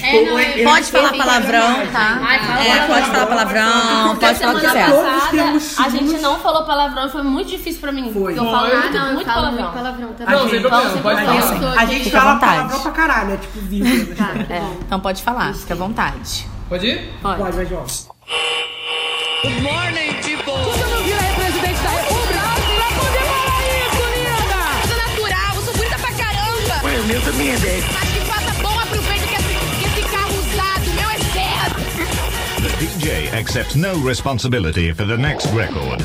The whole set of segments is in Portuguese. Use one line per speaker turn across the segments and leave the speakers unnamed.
É, não, é-
Pode falar palavrão, tá?
Ai, fala
É,
palavrão.
pode falar palavrão,
Porque
pode falar o
semana
que
é.
quiser.
Todos temos
passada, a gente
ciúmes.
não falou palavrão e foi muito difícil pra mim.
Foi.
Porque eu falo
Ah,
muito,
não, eu
muito
falo
palavrão.
muito palavrão também.
Não, sem
Fala sem
problema, Então, pode
problema.
falar.
Tô
A
aqui.
gente
Fica à
fala
vontade.
palavrão pra caralho, é tipo vivo.
Tá, tá
É,
bom.
então pode falar, fica à vontade.
Pode ir?
Pode, vai, João.
Sou natural, eu sou bonita pra caramba. Ué, o meu também é 10. Mas que faça bom aproveito que esse, que esse carro usado, meu é certo.
The DJ accepts no responsibility for the next record.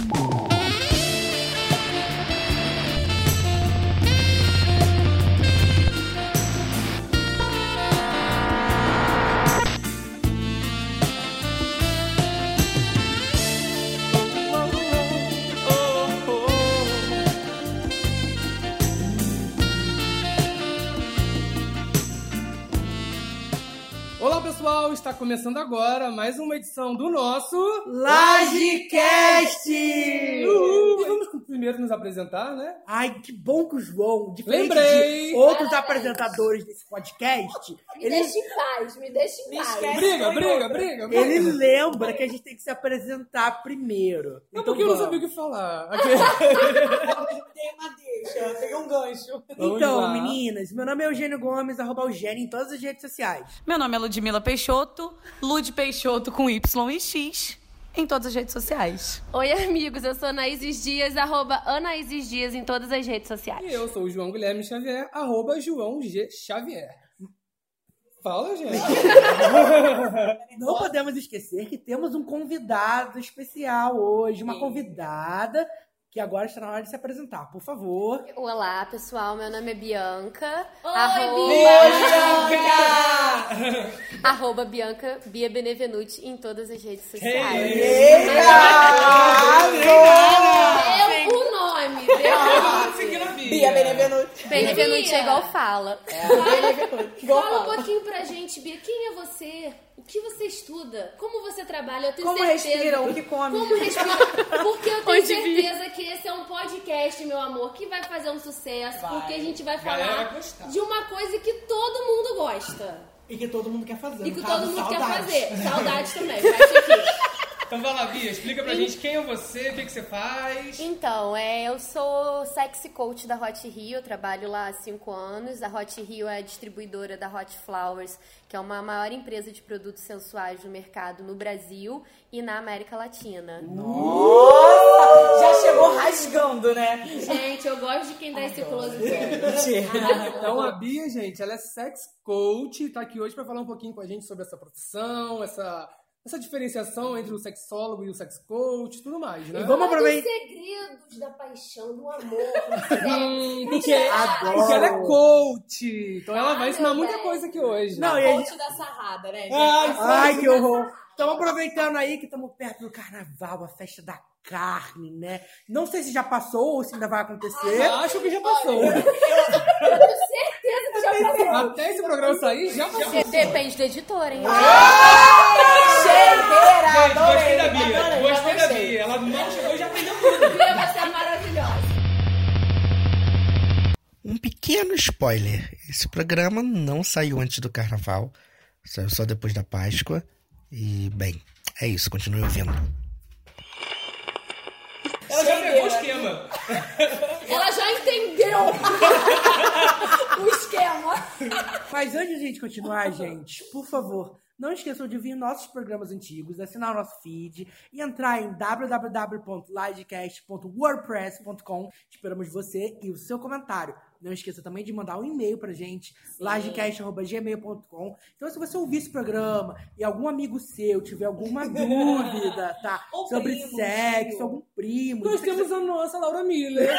Olá, pessoal. Está começando agora mais uma edição do nosso...
Lagecast!
Uhul! E Vamos primeiro nos apresentar, né?
Ai, que bom que o João, diferente
Lembrei.
de outros apresentadores desse podcast, ele,
em paz, me deixa em paz.
Briga, briga, briga, briga.
ele lembra que a gente tem que se apresentar primeiro.
Não,
Então
porque eu não
vamos.
sabia o que falar. Aqui. é um Vamos
Então,
lá.
meninas, meu nome é Eugênio Gomes, arroba Eugênio em todas as redes sociais.
Meu nome é Ludmila Peixoto, Lud Peixoto com Y e X em todas as redes sociais.
Oi, amigos, eu sou Anaíses Dias, arroba Anaíses Dias em todas as redes sociais.
E eu sou o João Guilherme Xavier, arroba João G. Xavier. Fala, gente.
Não podemos esquecer que temos um convidado especial hoje, uma convidada que agora está na hora de se apresentar. Por favor.
Olá, pessoal. Meu nome é Bianca.
Oi,
arroba,
Bianca!
arroba Bianca Bia Benevenuti em todas as redes sociais. Deu o nome. Deu o nome.
Bia
Benevenuti
Bia.
é igual fala.
Fala um pouquinho pra gente, Bia. Quem é você? O que você estuda? Como você trabalha? Eu tenho
Como
certeza.
respira? O que come?
Como respira? Porque eu tenho
Onde vive?
certeza que esse é um podcast, meu amor, que vai fazer um sucesso. Porque a gente vai
Galera
falar
vai gostar.
de uma coisa que todo mundo gosta.
E que todo mundo quer fazer.
E
no
que
caso,
todo mundo
saudades.
quer fazer. Saudade também. Bate aqui.
Então vai lá, Bia, explica pra gente quem é você, o que, que você faz.
Então, é, eu sou sexy coach da Hot Rio, eu trabalho lá há cinco anos. A Hot Rio é a distribuidora da Hot Flowers, que é uma maior empresa de produtos sensuais do mercado no Brasil e na América Latina.
Já chegou rasgando, né?
Gente, eu gosto de quem dá esse close.
Então a Bia, gente, ela é sex coach, tá aqui hoje pra falar um pouquinho com a gente sobre essa profissão, essa, essa diferenciação entre o sexólogo e o sex coach, tudo mais, né?
E vamos
Dos
aproveitar.
segredos da paixão, do amor, do sexo.
Porque, porque ela é coach, então ela vai
Ah,
ensinar
meu
muita
Deus.
coisa aqui hoje.
Não, e a gente...
Ponte da sarrada, né, gente?
Ai, que horror. Estamos aproveitando aí que estamos perto do carnaval, a festa da carne, né? Não sei se já passou ou se ainda vai acontecer.
Acho que já passou.
certeza que já passou.
Até esse programa sair, já passou.
De- Depende do editor, hein? Ah!
Chegueira,
Gente,
adorei.
gostei da Bia,
adorei,
gostei da
gostei.
Bia. Ela não chegou e já aprendeu
Bia, você é maravilhosa.
Um pequeno spoiler: esse programa não saiu antes do carnaval, saiu só depois da Páscoa. E, bem, é isso, continue ouvindo.
Ela já pegou o esquema.
Ela já entendeu o esquema.
Mas antes de a gente continuar, gente, por favor, não esqueçam de ouvir nossos programas antigos, assinar o nosso feed e entrar em www.lagecast.wordpress.com. Esperamos você e o seu comentário. Não esqueça também de mandar um e-mail pra gente, lagecast.gmail.com. Então, se você ouvir esse programa e algum amigo seu tiver alguma dúvida, tá?
Ou
sobre
primo,
sexo,
tio.
algum primo.
Nós temos a nossa Laura Miller.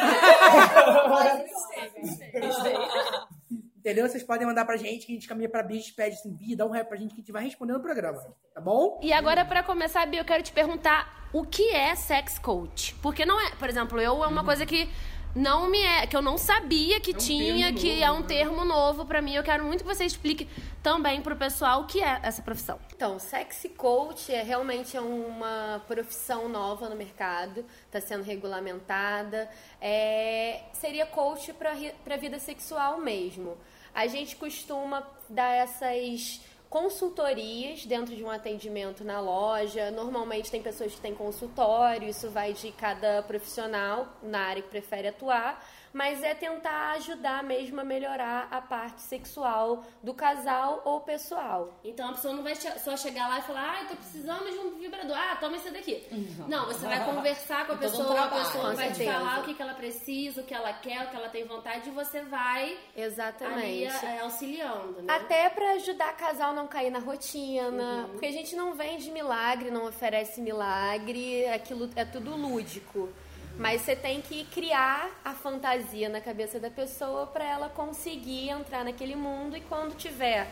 Entendeu? Vocês podem mandar pra gente, que a gente caminha pra bicho, pede assim, Bia, dá um rap pra gente que a gente vai responder no programa. Tá bom?
E agora, pra começar, Bia, eu quero te perguntar o que é sex coach? Porque não é, por exemplo, eu é uma
Uhum.
coisa que não me é, que eu não sabia que tinha,
termo
que
novo,
é um
né?
termo novo pra mim. Eu quero muito que você explique também pro pessoal o que é essa profissão.
Então, sexy coach é realmente uma profissão nova no mercado, está sendo regulamentada. É, seria coach para a vida sexual mesmo. A gente costuma dar essas consultorias dentro de um atendimento na loja. Normalmente tem pessoas que têm consultório, isso vai de cada profissional na área que prefere atuar, mas é tentar ajudar mesmo a melhorar a parte sexual do casal ou pessoal.
Então a pessoa não vai che- só chegar lá e falar, ai, tô precisando de um vibrador. Ah, toma esse daqui.
Uhum.
Não, você vai conversar com a
Todo um
pessoa, a
trabalho.
pessoa
Com
vai te
certeza.
falar o que, que ela precisa, o que ela quer, o que ela tem vontade, e você vai
Exatamente.
ali é, auxiliando, né?
Até pra ajudar casal a não cair na rotina,
Uhum.
porque a gente não vende milagre, não oferece milagre, aquilo é tudo lúdico. Mas você tem que criar a fantasia na cabeça da pessoa pra ela conseguir entrar naquele mundo e quando tiver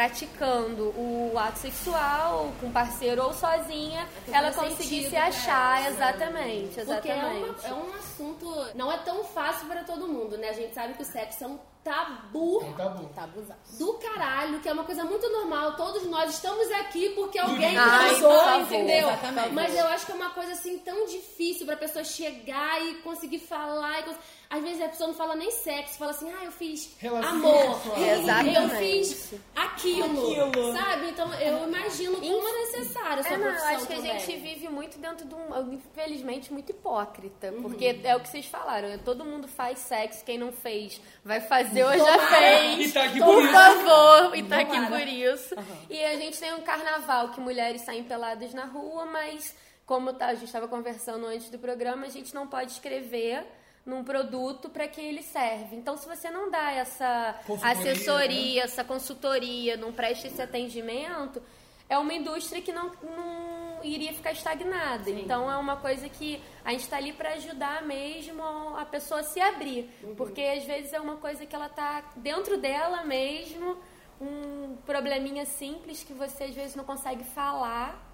praticando o ato sexual com parceiro ou sozinha,
Aquilo
ela
faz
conseguir
sentido
se
pra
achar,
ela, né?
exatamente,
Porque é, uma-
exatamente.
é um assunto. Não é tão fácil pra todo mundo, né? A gente sabe que o sexo é um tabu.
um
É tabu.
Do caralho, que é uma coisa muito normal. Todos nós estamos aqui porque alguém
Ai,
transou,
por favor,
entendeu?
exatamente.
Mas eu acho que é uma coisa assim tão difícil pra pessoa chegar e conseguir falar. e cons- Às vezes a pessoa não fala nem sexo, fala assim, ah, eu fiz
Relação
amor.
sexual.
Eu
Exatamente.
fiz aquilo,
Aquilo.
Sabe? Então eu imagino como é necessário essa
É, não, eu
profissão
acho que
também.
a gente vive muito dentro de um. Infelizmente, muito hipócrita.
Uhum.
Porque é o que vocês falaram. é, Todo mundo faz sexo, quem não fez vai fazer ou já
Tomara.
fez.
E tá aqui
por
por isso.
favor, e tá aqui
Tomara.
por isso. E a gente tem um carnaval que mulheres saem peladas na rua, mas como tá- a gente estava conversando antes do programa, a gente não pode escrever num produto para que ele serve. Então, se você não dá essa
Consultoria,
assessoria,
né?
essa consultoria, não presta esse atendimento, é uma indústria que não, não iria ficar estagnada. Então é uma coisa que a gente está ali para ajudar mesmo a pessoa a se abrir,
Uhum.
porque às vezes é uma coisa que ela tá dentro dela mesmo, um probleminha simples que você às vezes não consegue falar.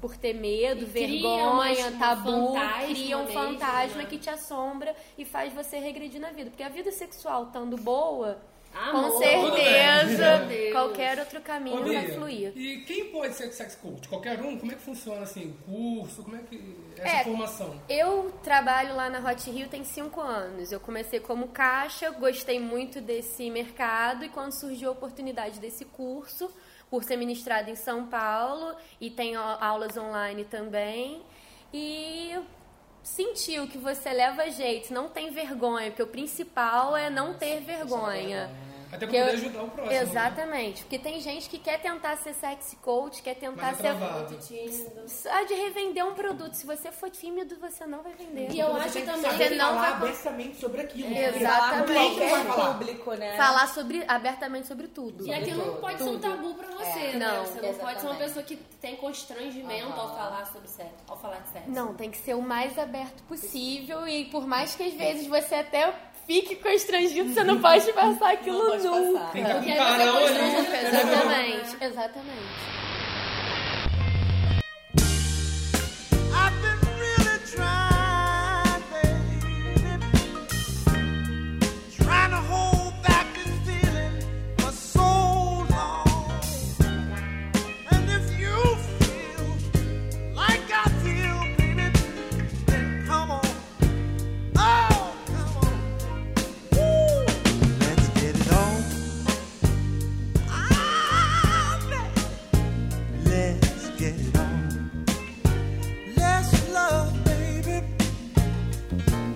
Por ter medo,
Uhum. cria
vergonha,
uma- um
tabu,
fantasma
cria um
mesmo,
fantasma
né?
que te assombra e faz você regredir na vida. Porque a vida sexual, estando boa,
Ah, Amor.
com
Tudo bem.
certeza, qualquer outro caminho
Ô, Bia,
vai fluir.
E quem pode ser sex coach? Qualquer um? Como é que funciona assim? Curso? Como é que essa
É,
formação?
Eu trabalho lá na Hot Rio tem cinco anos. Eu comecei como caixa, gostei muito desse mercado e quando surgiu a oportunidade desse curso, o curso é ministrado em São Paulo e tem a- aulas online também. E sentiu que você leva jeito, não tem vergonha, porque o principal é
Ah,
não ter vergonha.
Até pra
Porque
poder
eu-
ajudar o
né?
próximo. né?
Exatamente, porque tem gente que quer tentar ser sex coach, quer tentar
Mas é
ser
travado.
só de revender um produto. Se você for tímido, você não vai vender.
E eu
Você
acho
tem que
também
saber
que
não
falar
vai
abertamente
Exatamente sobre aquilo.
É,
Porque falar com
exatamente.
qualquer um vai falar.
público, né?
falar sobre, abertamente sobre tudo.
E aquilo não pode ser um
Tudo.
tabu pra você,
É,
né?
não,
você não pode ser uma
exatamente.
pessoa que tem constrangimento
Aham.
ao falar sobre sexo, ao falar de sexo.
Não, tem que ser o mais aberto possível. E por mais que às vezes você até fique constrangido, você não pode passar aquilo nunca.
Tem que ter um
Porque aí você
carão ali.
constrange- Exatamente, exatamente.
I've been really trying, baby, trying to hold back this feeling for so long. And if you feel like I feel, baby, then come on, oh come on, Woo! let's get it on. Ah, baby, let's get it on. Let's love, baby.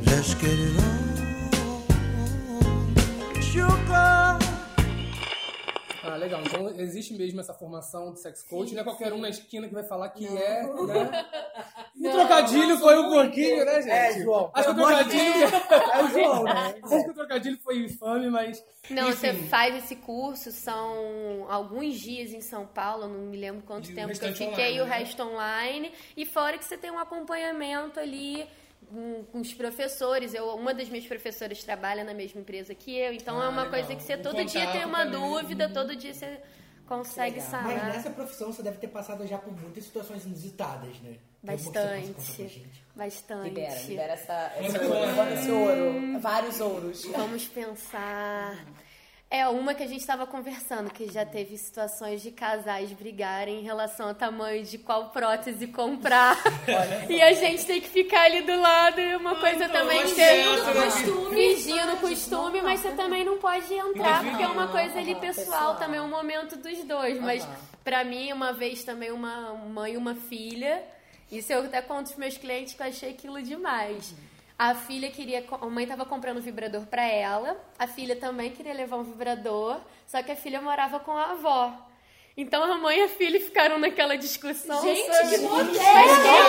Let's get it on. Sugar.
Ah, legal. Então existe mesmo essa formação de sex coach.
Sim,
não é qualquer
sim.
um na esquina que vai falar que é, né?
Não,
o trocadilho
não,
foi um
não.
pouquinho, né, gente?
É, João,
Acho que o
pelo amor de
trocadilho.
Deus. É o João, né?
Acho que o trocadilho foi infame, mas.
Não,
enfim.
você faz esse curso, são alguns dias em São Paulo, eu não me lembro quanto
E o
tempo que eu
restante
fiquei,
online,
o
né?
resto online. E fora que você tem um acompanhamento ali com, com os professores. Eu, uma das minhas professoras trabalha na mesma empresa que eu, então é
Ah,
uma
legal.
coisa que você
Um
todo dia tem
contato
uma
também.
dúvida, todo dia você consegue
Mas
sanar.
nessa profissão você deve ter passado já por muitas situações inusitadas, né? Tem alguma que você possa contar pra
Bastante.
gente?
Bastante.
Libera, libera essa, esse
Hum.
ouro, esse ouro. Vários ouros. Uhum.
Vamos pensar. É uma que a gente estava conversando, que já teve situações de casais brigarem em relação ao tamanho de qual prótese comprar. e a gente tem que ficar ali do lado. E uma coisa também
mas
ter
criança, né?
costume, fingindo costume, mas você também não pode entrar, porque é uma coisa ali pessoal, também é um momento dos dois. Mas pra mim, uma vez também uma mãe e uma filha. Isso eu até conto os meus clientes que eu achei aquilo demais. A filha queria. co- A mãe tava comprando um vibrador pra ela. A filha também queria levar um vibrador. Só que a filha morava com a avó. Então a mãe e a filha ficaram naquela discussão.
Gente,
sobre-
que modelo!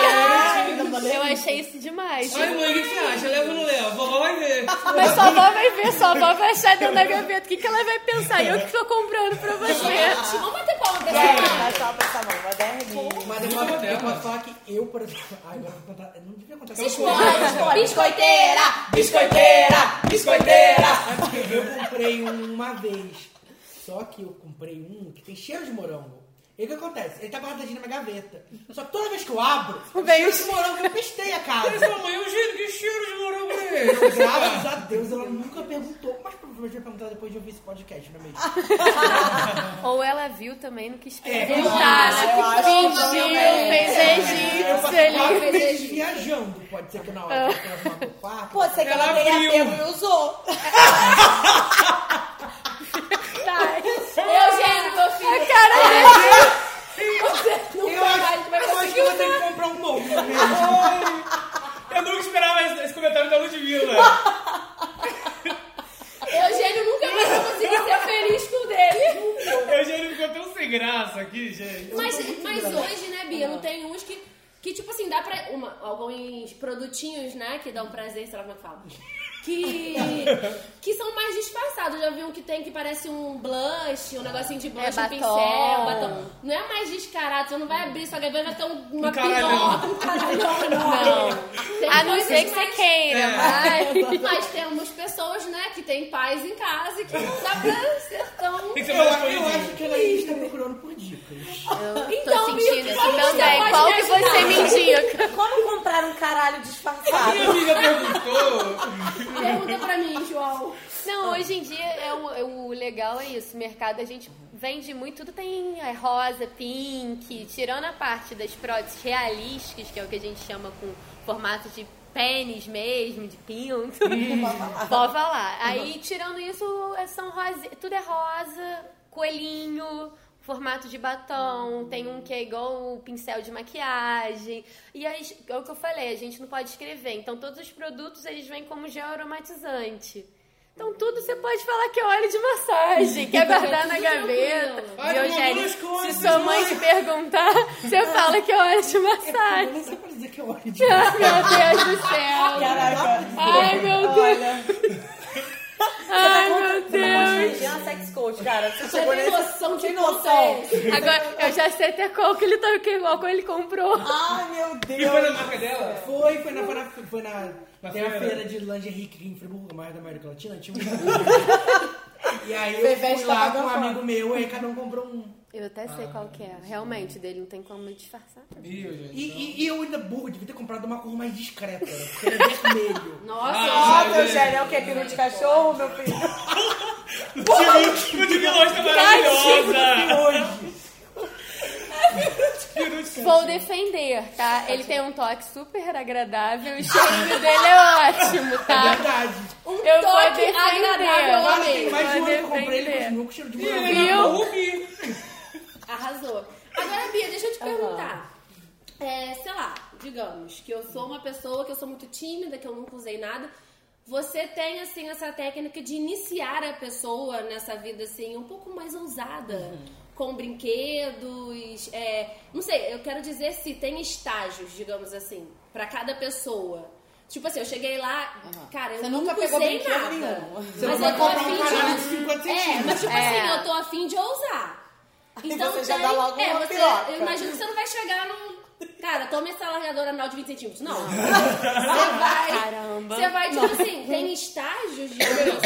Mas, cara, Eu achei isso demais.
Ai, mãe, o que você acha? Leva ou não leva? Vovó vai ver.
Ah, Mas sua avó vai ver, sua avó vai achar dentro da gaveta. O que, que ela vai pensar? Eu que tô comprando pra você.
É.
É.
Vamos bater palma pra
Vai, só pra essa mão, vai derreter.
Mas eu posso, eu posso falar que eu, por exemplo. Ai, agora eu vou contar. Eu não devia contar
Se
essa
expõe,
história.
expõe. Biscoiteira, biscoiteira, biscoiteira.
Eu comprei um uma vez. Só que eu comprei um que tem cheiro de morango. E o que acontece? Ele tá guardadinho na minha gaveta. Só que toda vez que eu abro, tem cheiro de morango. Eu pestei a casa.
Mas, sua mãe, eu juro, que cheiro de morango é esse?
Graças a Deus, ela nunca perguntou. Mas provavelmente vai perguntar depois de ouvir esse podcast, não é mesmo?
Ou ela viu também, não quis
É,
perguntar.
eu acho que
Fingiu,
provavelmente-
fez
Eu
egípcio
passei quatro
ali.
vezes viajando. Pode ser que na hora que ela tava no quarto.
Pode ser que ela,
Ela
tenha
abriu.
pego e usou.
é. Eugênio, meu filho.
A cara dele.
Eu acho, eu acho que eu vou ter que comprar um novo.
Eu nunca esperava esse, esse comentário da Ludmilla.
Eugênio nunca mais vai conseguir ser feliz com o dele.
Eu já ficou tão sem graça aqui, gente.
Mas, mas hoje, né, Bia, não tem uns que. Que, tipo assim, dá pra. Uma, alguns produtinhos, né? Que dão prazer, sei lá como é que fala. Que. Que são mais disfarçados. Já vi um que tem que parece um blush, um negocinho de blush,
É,
um pincel,
batom.
batom. Não é mais descarado, você não vai abrir sua gaveta vai ter um- uma
Um caralhão.
pinota, um caralhão enorme. Tem
A não
coisas
ser que você
mais-
queira, mas.
Mas temos pessoas, né, que tem pais em casa e que não dá pra ser tão.
Tem que ser
Eu,
mais
eu
coisinha.
acho que ela está procurando por dicas.
Eu
Então,
tô sentindo
Bia,
isso
como você
também.
pode
Qual
me
que você é me indica?
Como comprar um caralho disfarçado?
Minha amiga perguntou.
Pergunta pra mim, João.
Não, hoje em dia é o, é o legal é isso. O mercado a gente vende muito, tudo tem é, rosa, pink, tirando a parte das próteses realistas, que é o que a gente chama com formato de pênis mesmo, de pinto. Pode falar. Aí, tirando isso, é- são rosa, tudo é rosa, coelhinho, formato de batom, tem um que é igual o pincel de maquiagem. E aí, é o que eu falei, a gente não pode escrever. Então, todos os produtos, eles vêm como gel aromatizante. Então, tudo você pode falar que é óleo de massagem, que é guardar na
Tudo
gaveta.
tranquilo.
Ai, tem algumas
Biogénese,
coisas,
se sua mãe
mãe.
te perguntar, você fala que é óleo de
Eu
massagem.
não sei pra dizer que é eu acho de
Meu Deus do céu.
Caraca.
Ai, meu Deus.
Olha,
Ai, meu Deus.
Deus.
é um
Imagina sex coach, cara. Você
Você
chegou
tem
nesse...
noção de
Sem
quanto
noção.
é esse?
Agora, eu já sei até qual que ele tá, que álcool ele comprou.
Ai, meu
E foi na
Deus.
marca dela?
Foi, foi na, foi na, foi na,
Na
tem a
feira.
feira de lingerie aqui em Friburgo, mais da América Latina, tinha um E aí eu
Bebê
fui
tá
lá com
pagando
um
fora.
amigo meu, aí cada um comprou um.
Eu até sei qual que é. Realmente, dele não tem como disfarçar.
Ih, gente.
E, e, e eu ainda burro, devia ter comprado uma cor mais discreta, né? porque ele é vermelho.
Ó,
Ah,
meu gênio, é o que? Peru de cachorro, meu filho?
Ludmilla hoje tá maravilhosa.
Vou defender, tá? Ele tem um toque super agradável e o cheiro dele é ótimo,
É
tá?
verdade.
Eu vou
Um toque
defender.
agradável ao
Vou
Olha, tem mais de um ano que eu comprei, ele
defender.
continua com cheiro de
E
morango.
ele é
Viu?
Ruby.
Arrasou. Agora, Bia, deixa eu te perguntar. É, sei lá, digamos que eu sou uma pessoa que eu sou muito tímida, que eu nunca usei nada. Você tem, assim, essa técnica de iniciar a pessoa nessa vida, assim, um pouco mais ousada. Com brinquedos, é, não sei, eu quero dizer se tem estágios, digamos assim, pra cada pessoa. Tipo assim, eu cheguei lá, cara, eu
Você
nunca,
nunca pegou
usei
brinquedo
nada.
nenhum.
Você
mas
não vai
eu tô
comprar
afim
um
de
caralho de 50
é,
centímetros.
mas tipo
É.
assim, eu tô afim de ousar.
Aí
Então
você já
tem-
dá logo
é,
uma
você,
piroca.
Eu imagino que você não vai chegar num. Cara, toma essa largadora anal de 20 centímetros. Não. Você vai.
Caramba.
Você vai, tipo assim, tem estágios de.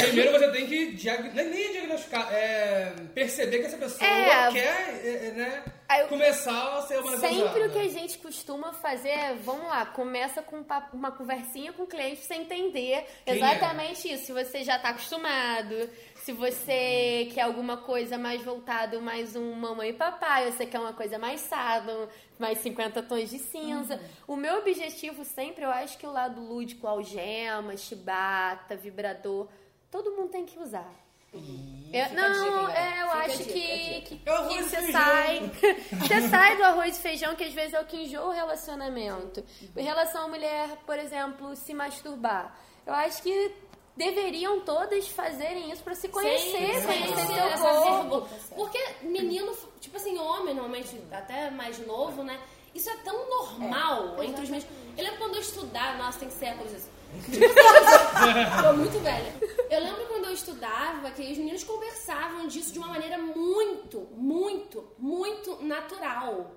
Primeiro você tem que diag... nem- nem diagnosticar, é... perceber que essa pessoa
É.
quer, é, é, né,
Ah, eu-
começar a ser uma
Sempre
nacional.
o que a gente costuma fazer é, vamos lá, começa com um papo- uma conversinha com o cliente pra você entender
Quem é?
exatamente isso. Se você já tá acostumado, Se você quer alguma coisa mais voltada, mais um mamãe e papai, ou você quer uma coisa mais sábado, mais 50 tons de cinza.
Uhum.
O meu objetivo sempre, eu acho que o lado lúdico, algema, chibata, vibrador, todo mundo tem que usar. Eu-
fica a
não,
dica, galera.
é, eu
Fica a
acho
dica,
que, que,
fica a dica.
que
Arroz e
você
feijão.
sai. você sai do arroz e feijão, que às vezes é o que enjoa o relacionamento. Em relação à mulher, por exemplo, se masturbar. Eu acho que deveriam todas fazerem isso pra se conhecer,
Sim,
conhecer
sim,
seu
essa
corpo.
pergunta. Porque menino, tipo assim, homem, normalmente, até mais novo, né? Isso é tão normal
É,
entre os meus.
exatamente.
Eu lembro quando eu estudava, nossa, tem séculos isso. Tipo assim, Tô muito velha. Eu lembro quando eu estudava que os meninos conversavam disso de uma maneira muito, muito, muito natural.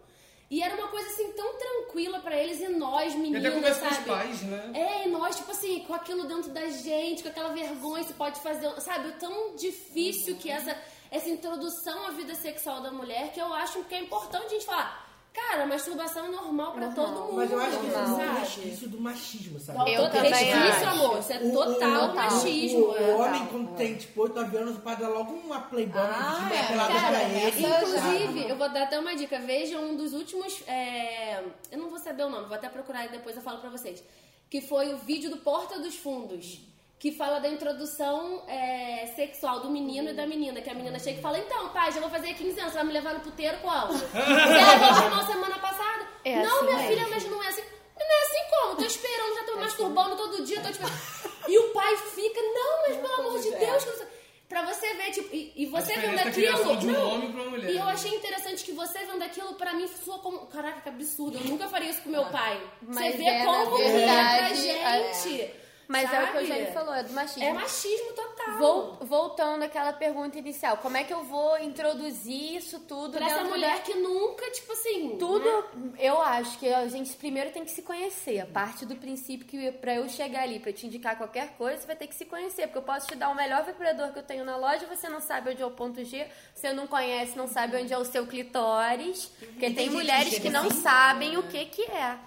E era uma coisa assim tão tranquila pra eles e nós, meninos,
até conversa com os
sabe?
pais, né?
É, e nós, tipo assim, com aquilo dentro da gente, com aquela vergonha, você pode fazer, sabe, o tão difícil que é essa, essa introdução à vida sexual da mulher, que eu acho que é importante a gente falar, cara, masturbação é normal pra todo mundo,
Mas eu acho que isso é um
sabe?
resquício do machismo,
Não,
sabe?
Eu total- também resquício, acho. amor, isso é total machismo,
O,
é.
homem, quando tem, tipo, 8, 9 anos, o pai dá logo uma playboy ah,
É,
pelada
cara,
pra ele.
inclusive,
sabe?
eu vou dar até uma dica. Veja um dos últimos. é, Eu não vou saber o nome, vou até procurar e depois eu falo pra vocês. Que foi o vídeo do Porta dos Fundos. Que fala da introdução é, sexual do menino e da menina. Que a menina chega e fala: Então, pai, já vou fazer 15 anos, você vai me levar no puteiro quando? Você levou normal semana passada?
É
não,
assim
minha
mesmo.
filha, mas não é assim. Não é assim como? Tô esperando, já tô
Tá
me masturbando todo dia, tô esperando. E o pai fica: Não, mas pelo amor de
é.
Deus, que não sei-" Pra você ver, tipo, e, e você
diferença
vendo
da criação
aquilo.
de um
não,
homem pra uma mulher,
E eu
né?
achei interessante que você vendo aquilo, pra mim, soa como. Caraca, que absurdo. Eu nunca faria isso com
Ah.
meu pai.
Mas
você vê
é, na
como ri pra
verdade,
gente.
é. Mas é o que o
sabe?
Jair falou, é do machismo.
É machismo total.
Vol- voltando àquela pergunta inicial, como é que eu vou introduzir isso tudo
Pra essa
dentro
mulher
da-
que nunca, tipo assim.
Tudo,
né?
eu acho que a gente primeiro tem que se conhecer. Parte do princípio que pra eu chegar ali, pra eu te indicar qualquer coisa, você vai ter que se conhecer. Porque eu posso te dar o melhor vibrador que eu tenho na loja, você não sabe onde é o ponto G, você não conhece, não sabe onde é o seu clitóris. Porque
E tem
tem
gente que
mulheres
chega
que não
assim,
sabem o que que é.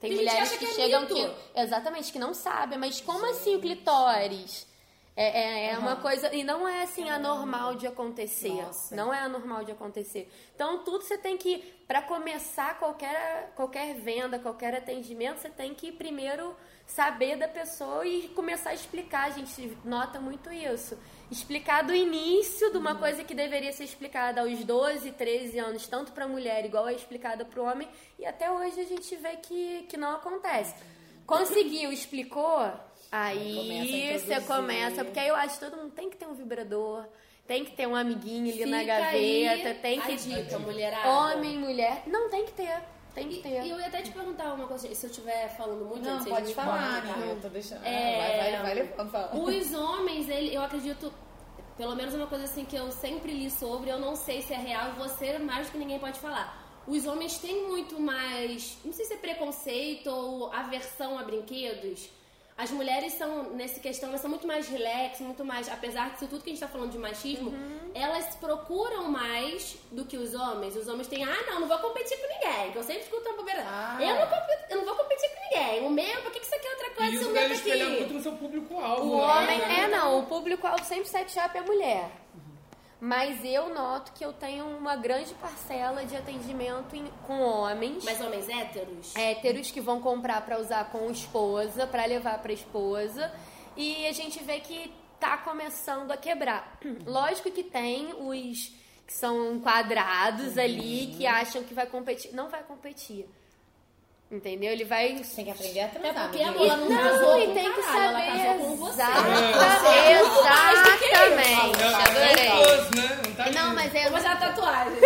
Tem,
Tem gente que
mulheres
acha
que,
que é
chegam
mito.
que. Exatamente, que não sabem. Mas como assim o clitóris? É, é- é uma coisa. E não é assim anormal de acontecer. Não é anormal de acontecer. Então, tudo você tem que. Pra começar qualquer, qualquer venda, qualquer atendimento, você tem que primeiro saber da pessoa e começar a explicar. A gente nota muito isso. Explicar do início de uma coisa que deveria ser explicada aos 12, 13 anos, tanto pra mulher igual é explicada pro homem. E até hoje a gente vê que, que não acontece. Conseguiu, explicou? Aí
Começa a
você
introduzir.
começa, porque aí eu acho que todo mundo tem que ter um vibrador, tem que ter um amiguinho ali na
Fica
gaveta,
aí
tem
a
que.
dica, mulherada.
Homem, mulher. Não, tem que ter. Tem que ter.
E eu ia até te perguntar uma coisa, se eu estiver falando muito,
Não,
vocês
pode
me
falar, amiga,
cortam, tá?
eu tô deixando.
Vai, vai, vai levando, fala.
Os homens, ele, eu acredito, pelo menos é uma coisa assim que eu sempre li sobre, eu não sei se é real, você mais do que ninguém pode falar. Os homens têm muito mais, não sei se é preconceito ou aversão a brinquedos. As mulheres são, nessa questão, elas são muito mais relax, muito mais. Apesar disso tudo que a gente tá falando de machismo,
Uhum.
elas procuram mais do que os homens. Os homens têm, ah, não, não vou competir com ninguém. Que eu sempre escuto uma bobeira.
Ah.
eu, não compi- eu não vou competir com ninguém. O meu, por que, que você quer outra coisa?
E
se
isso
o meu
deve
tá
espelhar
aqui?
muito no seu público-alvo.
um O
né?
homem é não, o público-alvo sempre sex shop é mulher. Mas eu noto que eu tenho uma grande parcela de atendimento em- com homens.
Mas homens héteros?
Héteros que vão comprar pra usar com esposa, pra levar pra esposa. E a gente vê que tá começando a quebrar. Lógico que tem os que são quadrados ali, que acham que vai competir. Não vai competir. Entendeu? Ele vai. Tem que aprender a transar.
Até porque a Lola não casou
e
com
tem que
caralho,
saber.
ela casou com você.
Exatamente.
Muito mais do que isso.
Exatamente. Adorei. Não, mas é.
Vou fazer a tatuagem.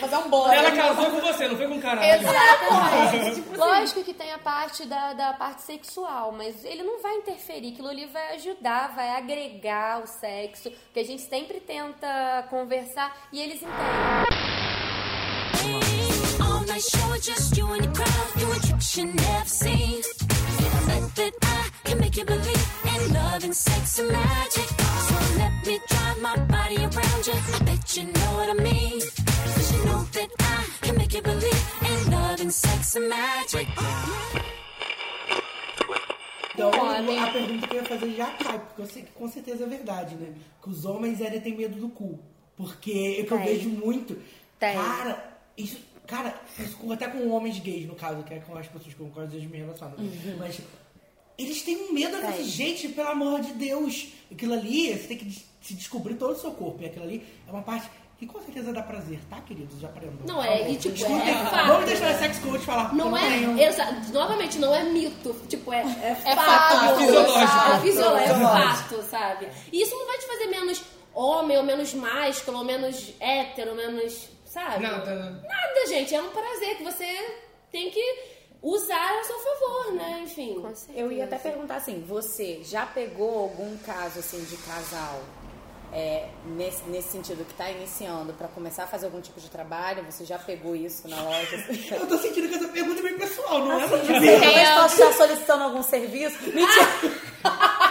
fazer um
Ela casou com você, não foi com caralho.
Exatamente.
Tipo assim,
Lógico que tem a parte da, da parte sexual, mas ele não vai interferir. Aquilo ali vai ajudar, vai agregar o sexo, porque a gente sempre tenta conversar e eles entendem.
On my show, just you and the crowd, doing tricks you never seen. But that I can make you believe in love and sex and magic. So let me drive my body around you. I bet you know what I mean. Cause you know that I can make you believe in love and sex and magic.
Então, Então,
um homem.
a pergunta que eu ia fazer já cai, porque eu sei que com certeza é verdade, né? Que os homens ainda têm medo do cu. Porque é que eu
Tem.
vejo muito.
Tem.
Cara, isso. Cara, isso com- até com homens gays, no caso, que é com as pessoas com as vezes me relacionam.
Uhum.
Mas eles têm um medo
Tem.
dessa gente, pelo amor de Deus. Aquilo ali, você tem que des- se descobrir todo o seu corpo. E aquilo ali é uma parte que com certeza dá prazer, tá, queridos? Já aprendam.
Não,
por
é,
favor.
e, tipo,
Escutem.
é fato.
Vamos deixar a sex coach falar. porque eu
Não
tenho.
é, exa- novamente, não é mito. Tipo, é, é,
fato,
fato.
é fisiológico.
sabe? É fisiológico, é
Fisiológico.
fato, sabe? E isso não vai te fazer menos homem, ou menos másculo, ou menos hétero, ou menos, sabe?
Nada.
Nada, gente. É um prazer que você tem que usar a seu favor, né? Enfim.
Eu ia até perguntar assim, você já pegou algum caso assim de casal é, nesse, nesse sentido que tá iniciando pra começar a fazer algum tipo de trabalho? Você já pegou isso na loja?
assim?
Eu tô sentindo que essa pergunta é bem pessoal, não é?
Assim,
pra
você
dizer.
talvez possa estar solicitando algum serviço? Mentira!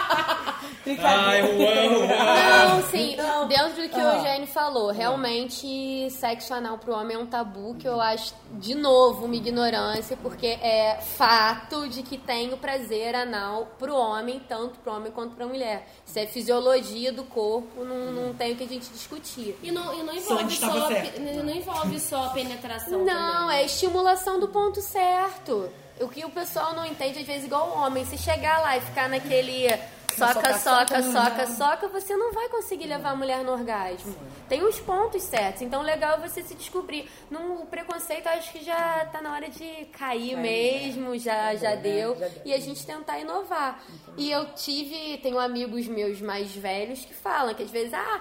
Ah,
Ai,
Juan,
Não, sim, dentro do que
Ah.
o Eugênio falou, realmente sexo anal pro homem é um tabu que eu acho, de novo, uma ignorância, porque é fato de que tem o prazer anal pro homem, tanto pro homem quanto pra mulher. Isso é fisiologia do corpo, não, não tem o que a gente discutir.
E não, e não envolve só, a pe- não envolve só a penetração.
Não, é a estimulação do ponto certo. O que o pessoal não entende, às vezes, igual o homem. Se chegar lá e ficar naquele soca,
Soca,
soca,
soca,
soca,
não.
soca, você não vai conseguir levar a mulher no orgasmo. Tem os pontos certos. Então, o legal é você se descobrir. No preconceito, acho que já tá na hora de cair
Cair,
mesmo, já, já,
né?
deu.
Já deu.
E a gente tentar inovar. E eu tive, tenho amigos meus mais velhos que falam que às vezes, ah,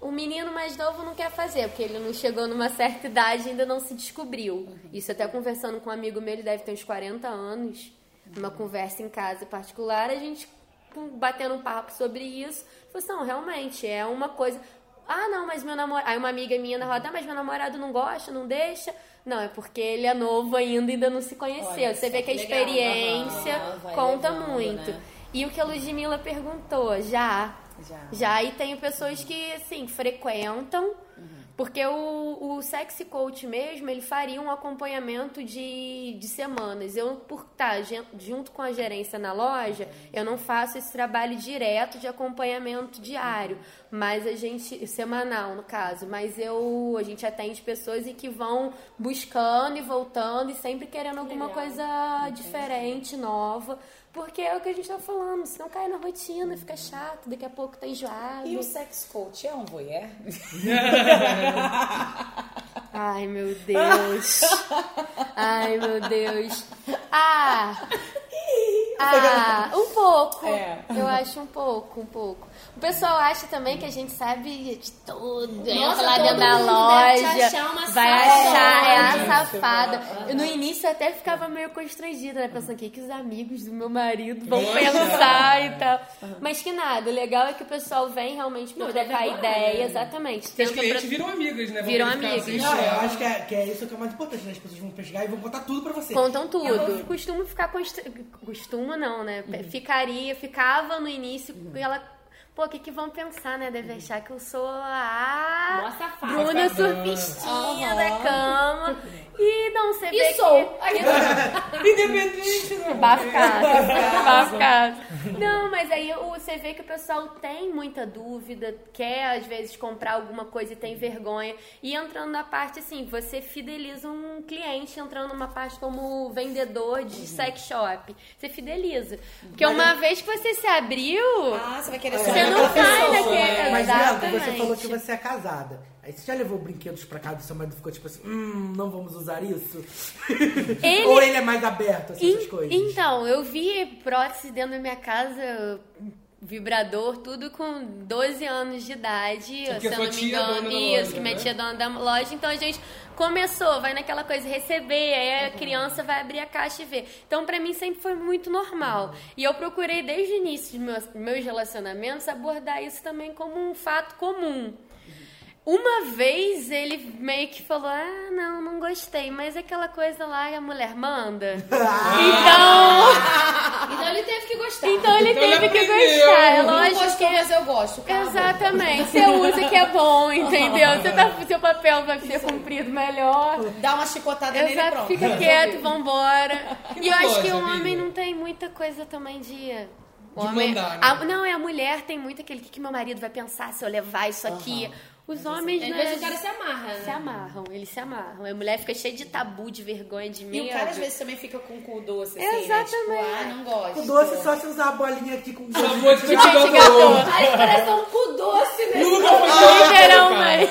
o menino mais novo não quer fazer, porque ele não chegou numa certa idade e ainda não se descobriu.
Uhum.
Isso até conversando com um amigo meu, ele deve ter uns 40 anos, numa
Uhum.
conversa em casa particular, a gente com- batendo um papo sobre isso. Falou assim, não, realmente, é uma coisa. Ah, não, mas meu namorado. Aí uma amiga minha na roda, ah, mas meu namorado não gosta, não deixa. Não, é porque ele é novo ainda, ainda não se conheceu.
Olha
Você
só,
vê que a
legal,
experiência
aham, vai
conta
levando,
muito.
né?
E o que a Ludmilla perguntou, já. Já, e tem pessoas que, assim, frequentam, porque o, o sexy coach mesmo, ele faria um acompanhamento de, de semanas. Eu, por estar gen- junto com a gerência na loja, eu não faço esse trabalho direto de acompanhamento diário, mas a gente, semanal no caso, mas eu, a gente atende pessoas e que vão buscando e voltando e sempre querendo alguma
Legal.
coisa diferente, nova, porque é o que a gente tá falando, senão cai na rotina, fica chato, daqui a pouco tá enjoado.
E o sex coach é um voyeur?
Ai, meu Deus. Ai, meu Deus. Ah! Ah, um pouco.
É.
Eu acho um pouco, um pouco. O pessoal acha também que a gente sabe de tudo.
Nossa,
Entra lá
todo
dentro da
mundo deve te
loja.
achar uma
vai
safada.
achar, é a
Gente,
safada.
tipo,
Eu, no início eu até ficava meio constrangida, né? Pensando o que, que os amigos do meu marido vão pensar e tal. Mas que nada, o legal é que o pessoal vem realmente pra
Não,
trocar
deve adorar,
ideia,
né?
exatamente.
Porque as
Tenta
clientes
pra-
viram amigas, né? Vão
Viram
verificar
amigas.
assim,
Não, eu
ah,
acho que é, que é isso que é mais importante, né? As pessoas vão pesquisar e vão contar tudo pra você.
Contam tudo.
Eu-
Eu costumo ficar constr... Costumo não, né?
Uhum.
Ficaria, ficava no início e ela. Pô, o que, que vão pensar, né?
Uhum.
Deve achar que eu sou a.
Nossa, fada.
Bruna
Safadona.
surfistinha
Aham. Uhum.
da cama. E não, você
E
vê
sou.
"Ah,
que...
Independente,
né?"
não.
Bafado.
Bafado.
Bafado. Não, mas aí o- você vê que o pessoal tem muita dúvida, quer às vezes comprar alguma coisa e tem vergonha. E entrando na parte assim, você fideliza um cliente entrando numa parte como vendedor
Uhum.
de sex shop. Você fideliza. Porque
Mas
uma vez que você se abriu,
Ah,
você vai querer
é.
você não sai daquele.
né? Mas Bianca, você
Exatamente.
falou que você é casada. Aí você já levou brinquedos pra casa e seu marido ficou tipo assim, hum, não vamos usar isso?
Ele-
Ou ele é mais aberto, assim, essas
En-
coisas?
Então, eu vi prótese dentro da minha casa, vibrador, tudo com 12 anos de idade,
Porque
se eu
sua
não me
tia é dona
engano,
da
isso,
loja,
que minha
né?
tia é dona da loja. Então a gente começou, vai naquela coisa receber, aí a
Uhum.
criança vai abrir a caixa e ver. Então, pra mim sempre foi muito normal.
Uhum.
E eu procurei desde o início dos meus, meus relacionamentos abordar isso também como um fato comum.
Uhum.
Uma vez ele meio que falou: Ah, não, não gostei, mas aquela coisa lá a mulher manda.
Ah!
então.
Então ele teve que gostar.
Então ele teve que gostar. É lógico que.
mas eu gosto. cara.
Exatamente. Você usa que é bom, entendeu? Você tá, seu papel vai ser cumprido melhor.
Dá uma chicotada
Exato,
nele e pronto.
fica quieto, vambora.
Que
E eu acho que o
coisa,
homem
amiga.
não tem muita coisa também de. O
De
homem,
mandar, né?
a- não, é a mulher tem muito aquele "O que, que meu marido vai pensar se eu levar isso aqui. Os
assim,
homens
Às
não.
vezes o cara se amarra, né?
Se amarram, eles se amarram. A mulher fica cheia de tabu, de vergonha, de
E
medo.
o cara às vezes também fica com o cu doce, assim, né?
Exatamente.
Tipo, ah, não gosto.
O doce só se usar a bolinha aqui com
Sabor de liquidificador.
Aí parece um cu doce, né?
Nunca foi tão
né?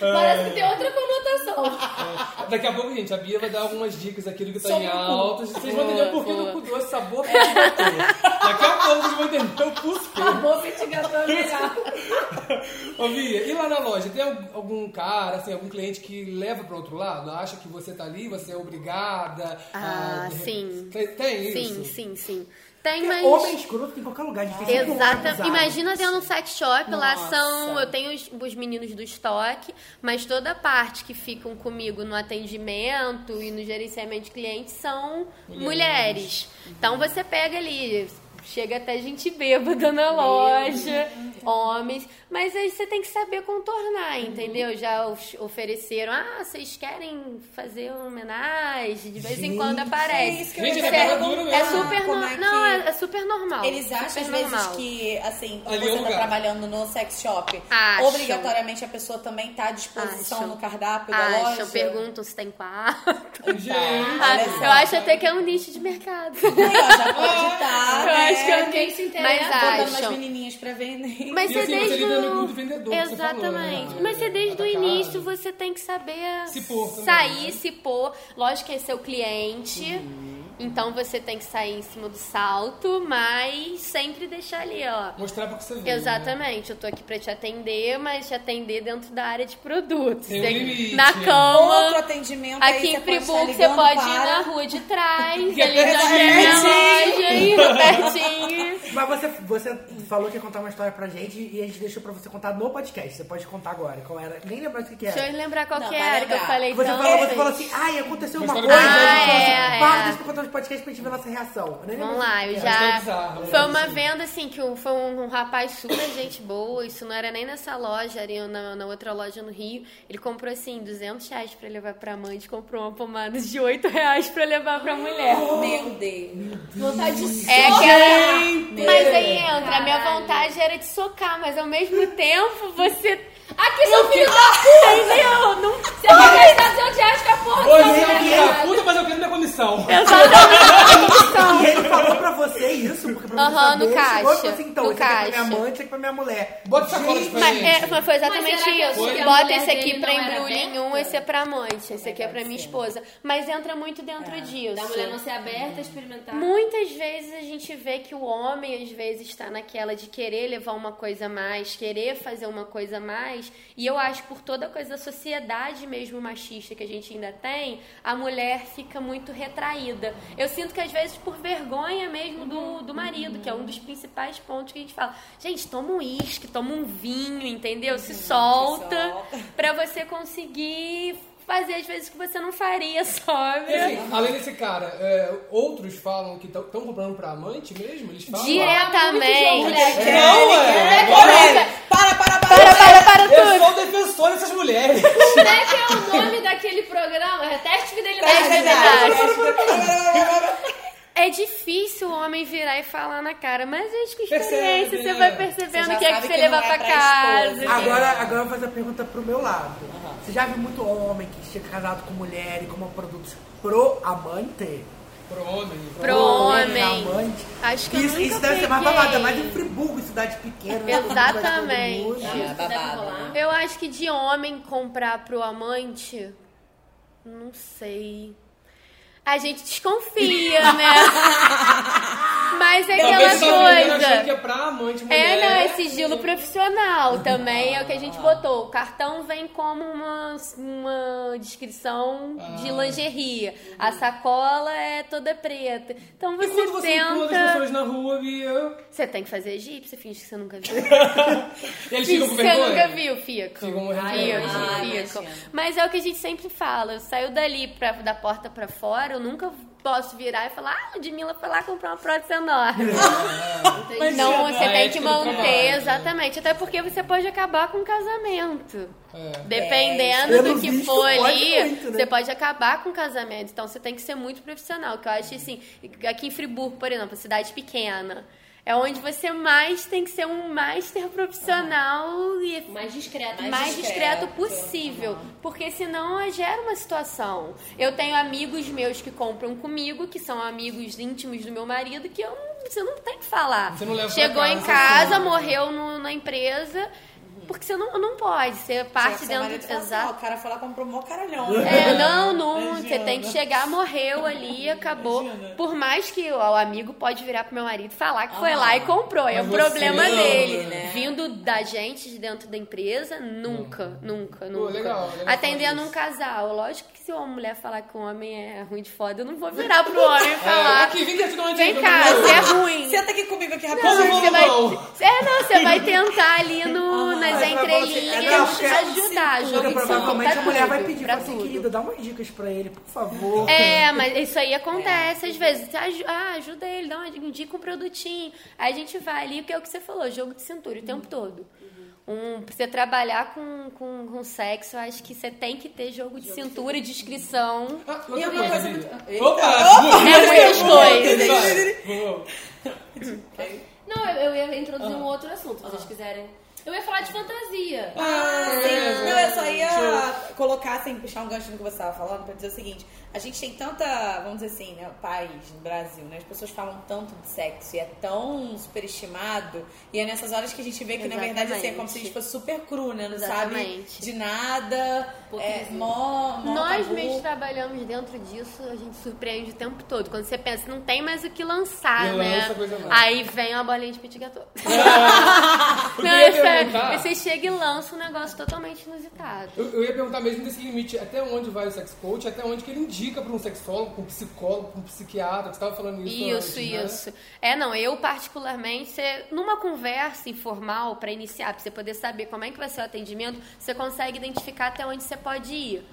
Parece que tem outra conotação.
Daqui a pouco, gente, a Bia vai dar algumas dicas aqui do que tá
Sobre
em
o cu.
alta. Vocês vão
Boa,
entender o porquê
boa.
do cu doce, sabor que Daqui a pouco vocês vão entender o porquê.
Acabou ventigatando legal.
Ô, Bia, e lá na loja, tem al- algum cara, assim, algum cliente que leva pro outro lado? Acha que você tá ali, você é obrigada?
Ah,
de-
sim.
Tem, tem
sim,
isso?
sim, sim. Tem, mas.
Homem escroto em qualquer lugar. gente tem sempre um homem
Exata.
bizarro.
Imagina tendo um sex shop, lá
Nossa.
são. Eu tenho os, os meninos do estoque, mas toda a parte que ficam comigo no atendimento e no gerenciamento de clientes são mulheres. Então você pega ali. Chega até gente bêbada na loja, homens. Mas aí você tem que saber contornar, entendeu? Já of- ofereceram, ah, vocês querem fazer uma homenagem? De vez em quando aparece.
é isso que eu ia
Isso é-
dizer.
é super
Como
no-
é que-
Não, é, é super normal.
Eles acham
super
às vezes
é normal.
que, assim, quando
Ali é o
você tá
lugar.
trabalhando no sex shop,
Acham.
obrigatoriamente a pessoa também tá à disposição
Acham.
no cardápio da loja.
Acham, perguntam se tem quarto. Ah,
olha só.
eu acho até que é um nicho de mercado.
Tá,
eu
né?
acho que é um
Quem
nicho-
se interessa,
Mas
botando umas
acham.
menininhas pra vender.
Mas
E
você
assim, você
desde
lidando
o-
com o vendedor, que você
Exatamente.
falou, né?
Mas você desde o início você tem que saber
Se pôr também,
né?
sair, se pôr. Lógico que é seu cliente.
Uhum.
Então você tem que sair em cima do salto, mas sempre deixar ali, ó.
Mostrar pra que você vê. né?
Exatamente, eu tô aqui pra te atender, mas te atender dentro da área de produtos.
Tem um
Tem-
limite.
na cama.
Outro atendimento tá aí
Aqui
você
em
pode estar
Friburgo você
ligando
pode ir
para-
na rua de trás, ali
Que é
na
pertinho.
loja, aí no pertinho.
Mas você, você falou que ia contar uma história pra gente e a gente deixou pra você contar no podcast. Você pode contar agora qual era. Nem lembrar o que, que era.
Deixa eu lembrar qual
Não,
que
vai
era que eu
lembrar.
falei então,
Você
tanto.
falou, você falou assim, ai, aconteceu uma coisa.
Ah,
Aí você falou
é,
assim, para,
é.
deixa eu contar no podcast pra gente ver a nossa reação. Eu nem
Vamos
lembro o
lá,
que
eu
que era.
já. Foi uma venda assim, que um- foi um, um rapaz super gente boa. Isso não era nem nessa loja, era na, na outra loja no Rio. Ele comprou assim, 200 reais pra levar pra amante, comprou uma pomada de 8 reais pra levar pra mulher.
Meu Deus.
Vontade de
É
soco.
que era...
Gente!
Mas aí entra, a minha
Caralho.
vontade era de socar, mas ao mesmo tempo você.
Aqui, seu
Não
filho da
fica-
puta!
Entendeu? Não
Você vai gastar seu diário com a tá porra
Hoje
toda,
eu
né,
filho da
cara?
puta, mas eu quero minha comissão.
E ele falou pra você isso, porque pra você
Aham,
saber,
no
ele chegou e
caixa,
falou assim, então,
no
isso aqui é pra minha
caixa.
mãe, isso aqui é pra minha mulher.
Bota sacola de
Mas, é, mas foi
Mas
exatamente
será que é
isso.
porque a
Bota
mulher
esse aqui
dele
pra
não era
embrulho em um,
aberta?
esse é pra amante, esse aqui é pra minha esposa. Mas entra muito dentro disso.
É. Da mulher não ser aberta a
Tá.
experimentar.
Muitas vezes a gente vê que o homem, às vezes, está naquela de querer levar uma coisa a mais, querer fazer uma coisa a mais. E eu acho, por toda a coisa da sociedade mesmo machista que a gente ainda tem, a mulher fica muito retraída. Eu sinto que, às vezes, por vergonha mesmo do, do marido, que é um dos principais pontos que a gente fala. Gente, toma um uísque, toma um vinho, entendeu? Uhum, Se solta pra você conseguir fazer, às vezes, o que você não faria
E
sóbria.
assim, além desse cara, é, outros falam que estão comprando pra amante mesmo? Eles falam?
Diretamente.
Não, é.
Para, para,
para, para, para
Eu sou defensor dessas mulheres.
Como é que é o nome daquele programa? É teste de fidelidade.
Teste de fidelidade.
fidelidade.
É difícil o homem virar e falar na cara, mas acho que
Percebe,
experiência você
né?
vai percebendo o que é que você
levar
levar pra casa.
Agora,
Uhum.
agora eu vou fazer a pergunta pro meu lado. Você já viu muito homem que chega casado com mulher e como produtos pro amante?
Pro homem.
Pro homem.
Amante.
Acho que eu
Isso,
nunca
isso deve ser mais
peguei.
babado, ainda mais em Friburgo, cidade pequena. né?
Exatamente.
Tá
Todo mundo.
né?
Eu acho que de homem comprar pro amante, não sei. A gente desconfia, né? Mas é aquela
Talvez só fiquem
coisa.
achando que é pra amante mulher.
É, não, é sigilo profissional também, é o que a gente botou. O cartão vem como uma, uma com descrição
Ah.
de lingerie. A sacola é toda preta. Então você
E quando você encontra as
tenta.
pessoas na rua, Bia?
Você tem que fazer egípcio, você finge que você nunca viu.
Eles
Finge
ficam com
que você
vergonha?
nunca viu, ficam. Ficam,
morrendo de vergonha. Assim,
ficam. Mas é o que a gente sempre fala. Eu saio dali pra, da porta pra fora, eu nunca posso virar e falar, ah, Ludmilla foi lá comprar uma prótese enorme. Então,
Mas
não,
isso é
você
da
tem
ética
que
do
manter,
trabalho.
exatamente. Até porque você pode acabar com o casamento.
É,
Dependendo
pelo
do que
visto,
for
pode
ali,
muito, né?
você pode acabar com o casamento. Então você tem que ser muito profissional. Que eu acho assim, aqui em Friburgo, por exemplo, cidade pequena. É onde você mais tem que ser um master profissional e mais discreto, mais,
Mais
discreto,
discreto.
possível, porque senão eh, gera uma situação. Eu tenho amigos meus que compram comigo, que são amigos íntimos do meu marido, que eu não, você não tem que falar.
Você não leva pra
Chegou em
casa,
casa,
assim.
morreu no- na empresa, porque você não, não pode, você parte
Seu
dentro
marido fala, "Não, tá O cara fala, comprou mó caralhão.
é, não, não. Você tem que chegar, morreu ali, acabou. Por mais que o amigo pode virar pro meu marido e falar que foi
Ah,
lá e comprou. É
mas
o
você
problema
ama,
dele.
né?
Vindo da gente de dentro da empresa,
Hum.
nunca, nunca, nunca.
legal, legal
Atendendo um casal. Lógico que se uma mulher falar que o homem é ruim de foda, eu não vou virar pro homem e falar.
É, aqui, vem cá, te dou uma
Vem
dica,
cá,
vamos
você é
lá."
ruim.
Senta aqui comigo aqui,
Não,
rapaz.
você vai,
Ah,
é, não, você vai tentar ali no, nas
Aí vai
entrelinhas
você, é, não,
ajudar,
cintura,
jogo de
Provavelmente
cintura,
a mulher vai
tudo,
pedir
pra
pra você,
tudo.
querida, dá umas dicas pra ele, por favor.
É, mas isso aí acontece às vezes. Você aju- Ah, ajuda ele, dá uma, indica um produtinho. Aí a gente vai ali, porque é o que você falou, jogo de cintura o tempo todo. Um, pra você trabalhar com, com, com sexo, eu acho que você tem que ter jogo de cintura, descrição.
outra coisa, Bia.
Eita.
Opa!
É muitas coisas.
Não, eu, eu ia introduzir
Ah.
um outro assunto, se vocês quiserem. Eu ia falar
tipo,
de fantasia.
Ah, sim.
Ah.
Não, eu só ia colocar, assim, puxar um gancho no que você estava falando, pra dizer o seguinte: a gente tem tanta, vamos dizer assim, né, paz no Brasil, né? As pessoas falam tanto de sexo e é tão superestimado. E é nessas horas que a gente vê que, na verdade, assim, é como se a gente fosse super cru, né? Não
Exatamente.
sabe de nada. É, mó, mó
Nós
tabu.
mesmos trabalhamos dentro disso, a gente surpreende o tempo todo. Quando você pensa, não tem mais o que lançar,
Não
né?
lança coisa nova.
Aí vem uma bolinha de petit gâteau.
porque
não,
eu ia
isso é-
perguntar.
você chega e lança um negócio totalmente inusitado.
Eu, eu ia perguntar mesmo desse limite, até onde vai o sex coach, até onde que ele indica pra um sexólogo, pra um psicólogo, pra um psiquiatra, que você tava falando isso
Isso,
antes,
isso.
né?
É, não, eu particularmente, você- numa conversa informal para iniciar, pra você poder saber como é que vai ser o atendimento, você consegue identificar até onde você pode ir.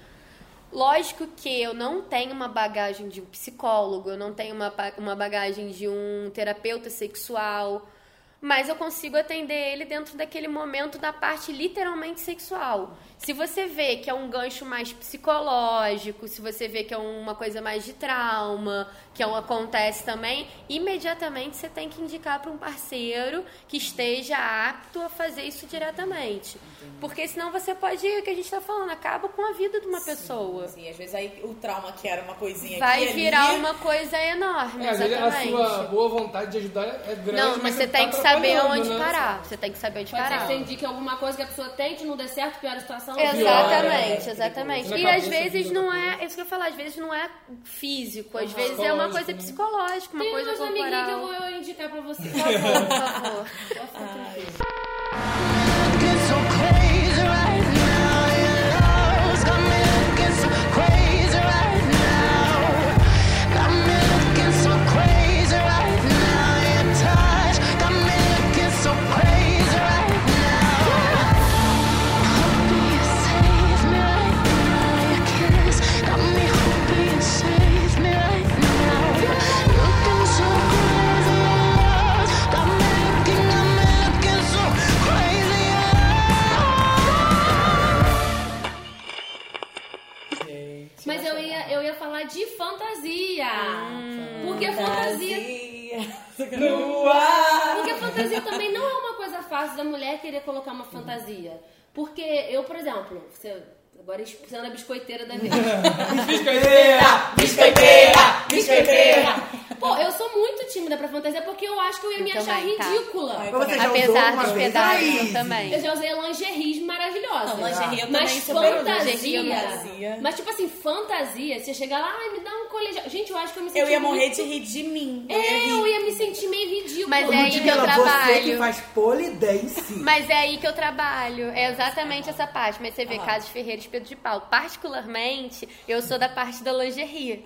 Lógico que eu não tenho uma bagagem de um psicólogo, eu não tenho uma, pa- uma bagagem de um terapeuta sexual, mas eu consigo atender ele dentro daquele momento da parte literalmente sexual. Se você vê que é um gancho mais psicológico, se você vê que é uma coisa mais de trauma, que é um acontece também, imediatamente você tem que indicar para um parceiro que esteja apto a fazer isso diretamente. Porque senão você pode, o que a gente está falando, acaba com a vida de uma pessoa.
Sim, Assim, às vezes aí o trauma que era uma coisinha
Vai
aqui, ali,
virar uma coisa enorme,
É, às vezes a
exatamente.
sua boa vontade de ajudar é grande.
Não, mas você tem
tá
que saber
atrapalhando,
onde
né?
parar. Você tem que saber onde
Pode ser que
parar.
você indique alguma coisa que a pessoa tente não dê certo, piora a situação. né?
Exatamente, exatamente.
Na
E às
cabeça,
vezes
fica
não é, isso que eu falo, às vezes não é físico, às
Aham.
vezes é uma
Psicológico,
coisa
né?
psicológica, uma
Tem
coisa
umas amiguinhas que eu
corporal.
vou indicar pra você.
Por favor, por favor.
Save me right now. Looking so crazy, got me looking, got me looking so crazy.
Mas eu ia, eu ia falar de fantasia. porque fantasia.
Hum, no ar.
Porque fantasia também não é uma coisa fácil da mulher querer colocar uma fantasia. Porque eu, por exemplo, você, agora expulsando a biscoiteira da vez.
Biscoiteira, biscoiteira, biscoiteira.
Pô, eu sou muito tímida pra fantasia porque eu acho que eu ia me
Eu
achar
também, tá.
ridícula.
Mas você já Apesar usou uma dos vez? pedados, eu
Ai,
também.
Eu já usei lingeries maravilhosas.
Não, lingerie eu
mas
também sou bem-
fantasia.
lingerie eu não fazia.
Mas tipo assim, fantasia, você chega lá, ai, me dá um colegial. Gente, eu acho que eu me senti
Eu ia morrer
muito-
de rir de mim.
É, eu ia me sentir meio ridícula.
Mas é aí que eu
Ludmilla, Você que
trabalho.
faz polidense.
Mas é aí que eu trabalho. É exatamente essa parte. Mas você vê Casos Ferreira e Pedro de Paulo. Particularmente, eu sou da parte da lingerie.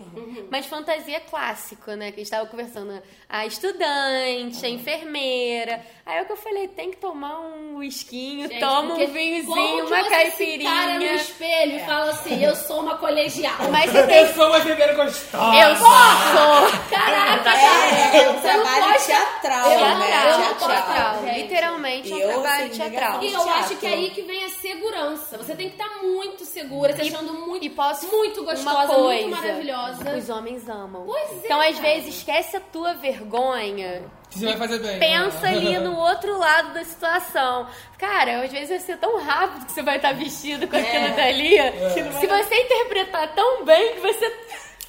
Mas fantasia é clássico, né? Que a gente tava conversando. A estudante, a enfermeira. Aí é o que eu falei, tem que tomar um whiskinho,
Gente,
toma
porque
um
como
vinhozinho,
que
uma
você
caipirinha.
Se cara no espelho e fala assim, eu sou uma colegial.
Mas você tem- Eu
sou uma primeira gostosa.
Eu sou!
Caraca,
É, é um
você não
trabalho
pode-
teatral,
Eu-
né?
eu não
Teatral.
posso falar, gente.
Literalmente é um
Eu,
trabalho
assim,
teatral.
E eu acho que é aí que vem a segurança. Você tem que estar muito segura, se achando muito, muito
uma
gostosa,
coisa,
muito maravilhosa.
Os homens amam.
Pois é,
então, às
cara.
vezes, esquece a tua vergonha.
Que você vai fazer bem.
Pensa ali no outro lado da situação. Cara, às vezes vai ser tão rápido que você vai estar vestido com
É.
aquilo dali. Se você interpretar tão bem que você.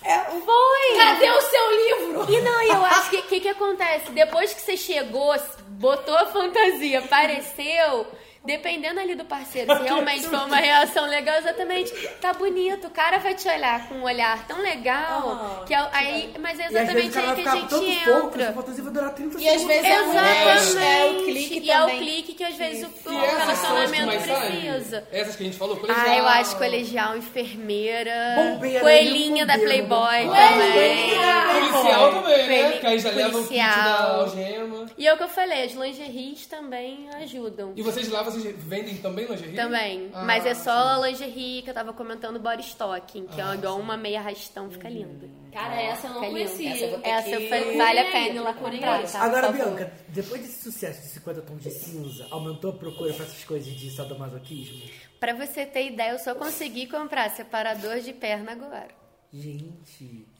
Foi!
É. Cadê o seu livro?
E não, e eu acho que o que, que acontece? Depois que você chegou, botou a fantasia, apareceu. Dependendo ali do parceiro, se realmente for uma reação legal, exatamente, tá bonito, o cara vai te olhar com um olhar tão legal, que é- aí, mas é
E às vezes o
exatamente
cara
aí
vai
que a
ficar
gente
todo pouco, assim, que
entra.
essa fantasia vai durar 30
E às
segundos.
vezes é um
Exatamente.
É o clique
E é o
também.
clique que às vezes o, o
E essas são as que
relacionamento
mais saem?
precisa.
Essas que a gente falou, colegial.
Ah, eu acho colegial, enfermeira,
Bombeira,
coelhinha da
bombeiro,
Playboy também.
Policial também, né?
Coelhinho-
Porque aí já leva o kit da
policial.
algema.
E é o que eu falei, as lingeries também ajudam.
E vocês lá, vocês vendem também lingerie?
Também.
Ah,
Mas é só a lingerie que eu tava comentando body stocking, que
Ah,
é igual uma meia arrastão, fica linda.
Cara, essa eu não
Fica linda.
conhecia.
Essa, eu-
Tem
essa eu
que-
falei, vale a
Procurei,
pena ir lá
procurei.
comprar, tá?
Agora,
Por favor.
Bianca, depois desse sucesso de 50 tons de cinza, aumentou a procura pra essas coisas de sadomasoquismo?
Pra você ter ideia, eu só consegui comprar separador de perna agora.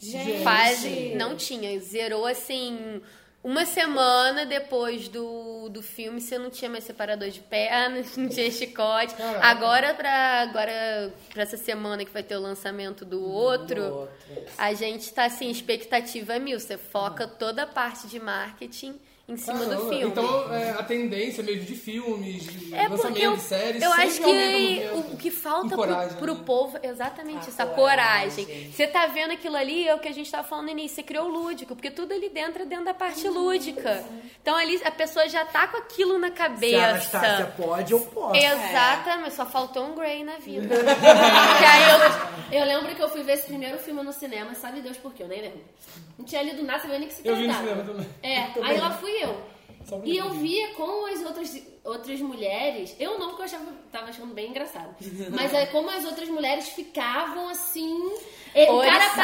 Gente.
Quase não tinha. Zerou assim. Uma semana depois do, do filme, você não tinha mais separador de perna, não tinha chicote. Agora pra, agora, pra essa semana que vai ter o lançamento do outro, a gente tá assim, expectativa mil. Você foca toda a parte de marketing em cima do
Caramba.
filme.
Então, é, a tendência mesmo de filmes, de
É porque
lançamento
eu,
de séries,
eu
sempre
acho
aumenta
que
o
o, o que falta
E coragem,
pro, pro
né?
povo é exatamente isso, a
coragem.
coragem. Você tá vendo aquilo ali, é o que a gente tava falando no início, você criou o lúdico, porque tudo ali dentro é dentro da parte lúdica. Então ali a pessoa já tá com aquilo na
Se a Anastácia
cabeça.
pode, eu posso.
Exatamente, só faltou um Grey na vida.
Que
aí
eu... eu lembro que eu fui ver esse primeiro filme no cinema, sabe Deus por quê, eu nem lembro. Não tinha lido nada, sabia nem o que se
Eu vi no
tratava.
cinema também.
É,
Também.
aí lá fui eu.
Só pra
E eu
ver.
via como as outras, outras mulheres. Eu não, porque eu achava, tava achando bem engraçado. Mas é como as outras mulheres ficavam assim. e- O cara
Oriçadas.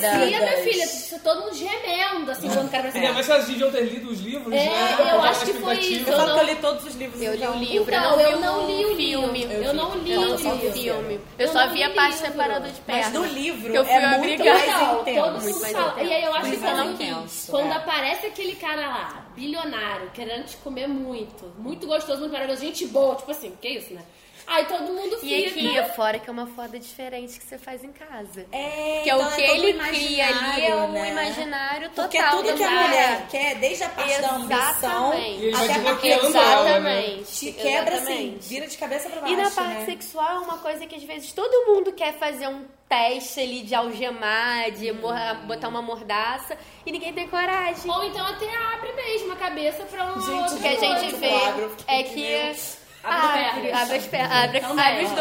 parecia, minha filha, tipo, todo mundo gemendo, assim, quando o cara
Ainda
parecia.
mais que elas deviam ter lido os livros,
É,
né?
eu
Pra
acho que foi
expectativa.
isso, eu Eu não-
Eu li todos os livros.
Eu li o
então.
livro, né?
Então, eu
eu
não li o filme.
filme.
Eu não li
Eu
o
não só vi o
filme.
filme. Eu só
não
vi
li
a parte
livro.
separada de perna.
Mas do livro
que eu fui
é muito
obrigada.
mais
Então,
intenso.
todo mundo
Mas
fala.
eu
E aí eu acho que
Mas eu não
quando,
penso,
quando
é.
aparece aquele cara lá, bilionário, querendo te comer muito, muito gostoso, muito maravilhoso, gente boa, tipo assim, que isso, né? Aí todo mundo fica.
E aqui, fora que é uma foda diferente que você faz em casa.
É,
Porque
então
o que
todo
ele cria
imaginário,
ali é o
né?
imaginário total.
Porque é tudo
do
que a
cara.
mulher quer, desde a parte da ambição,
Exatamente.
Ele vai
até a
desbloqueando
parte sexual,
ela, né?
te quebra assim,
Exatamente.
vira de cabeça pra baixo,
E na parte
né?
sexual é uma coisa que às vezes todo mundo quer fazer um teste ali de algemar, de morra- botar uma mordaça e ninguém tem coragem.
Ou então até abre mesmo a cabeça pra um
o que a gente vê é que
Abre
abre,
pernas.
abre, as pernas, Então é. abre,
Também.
abre os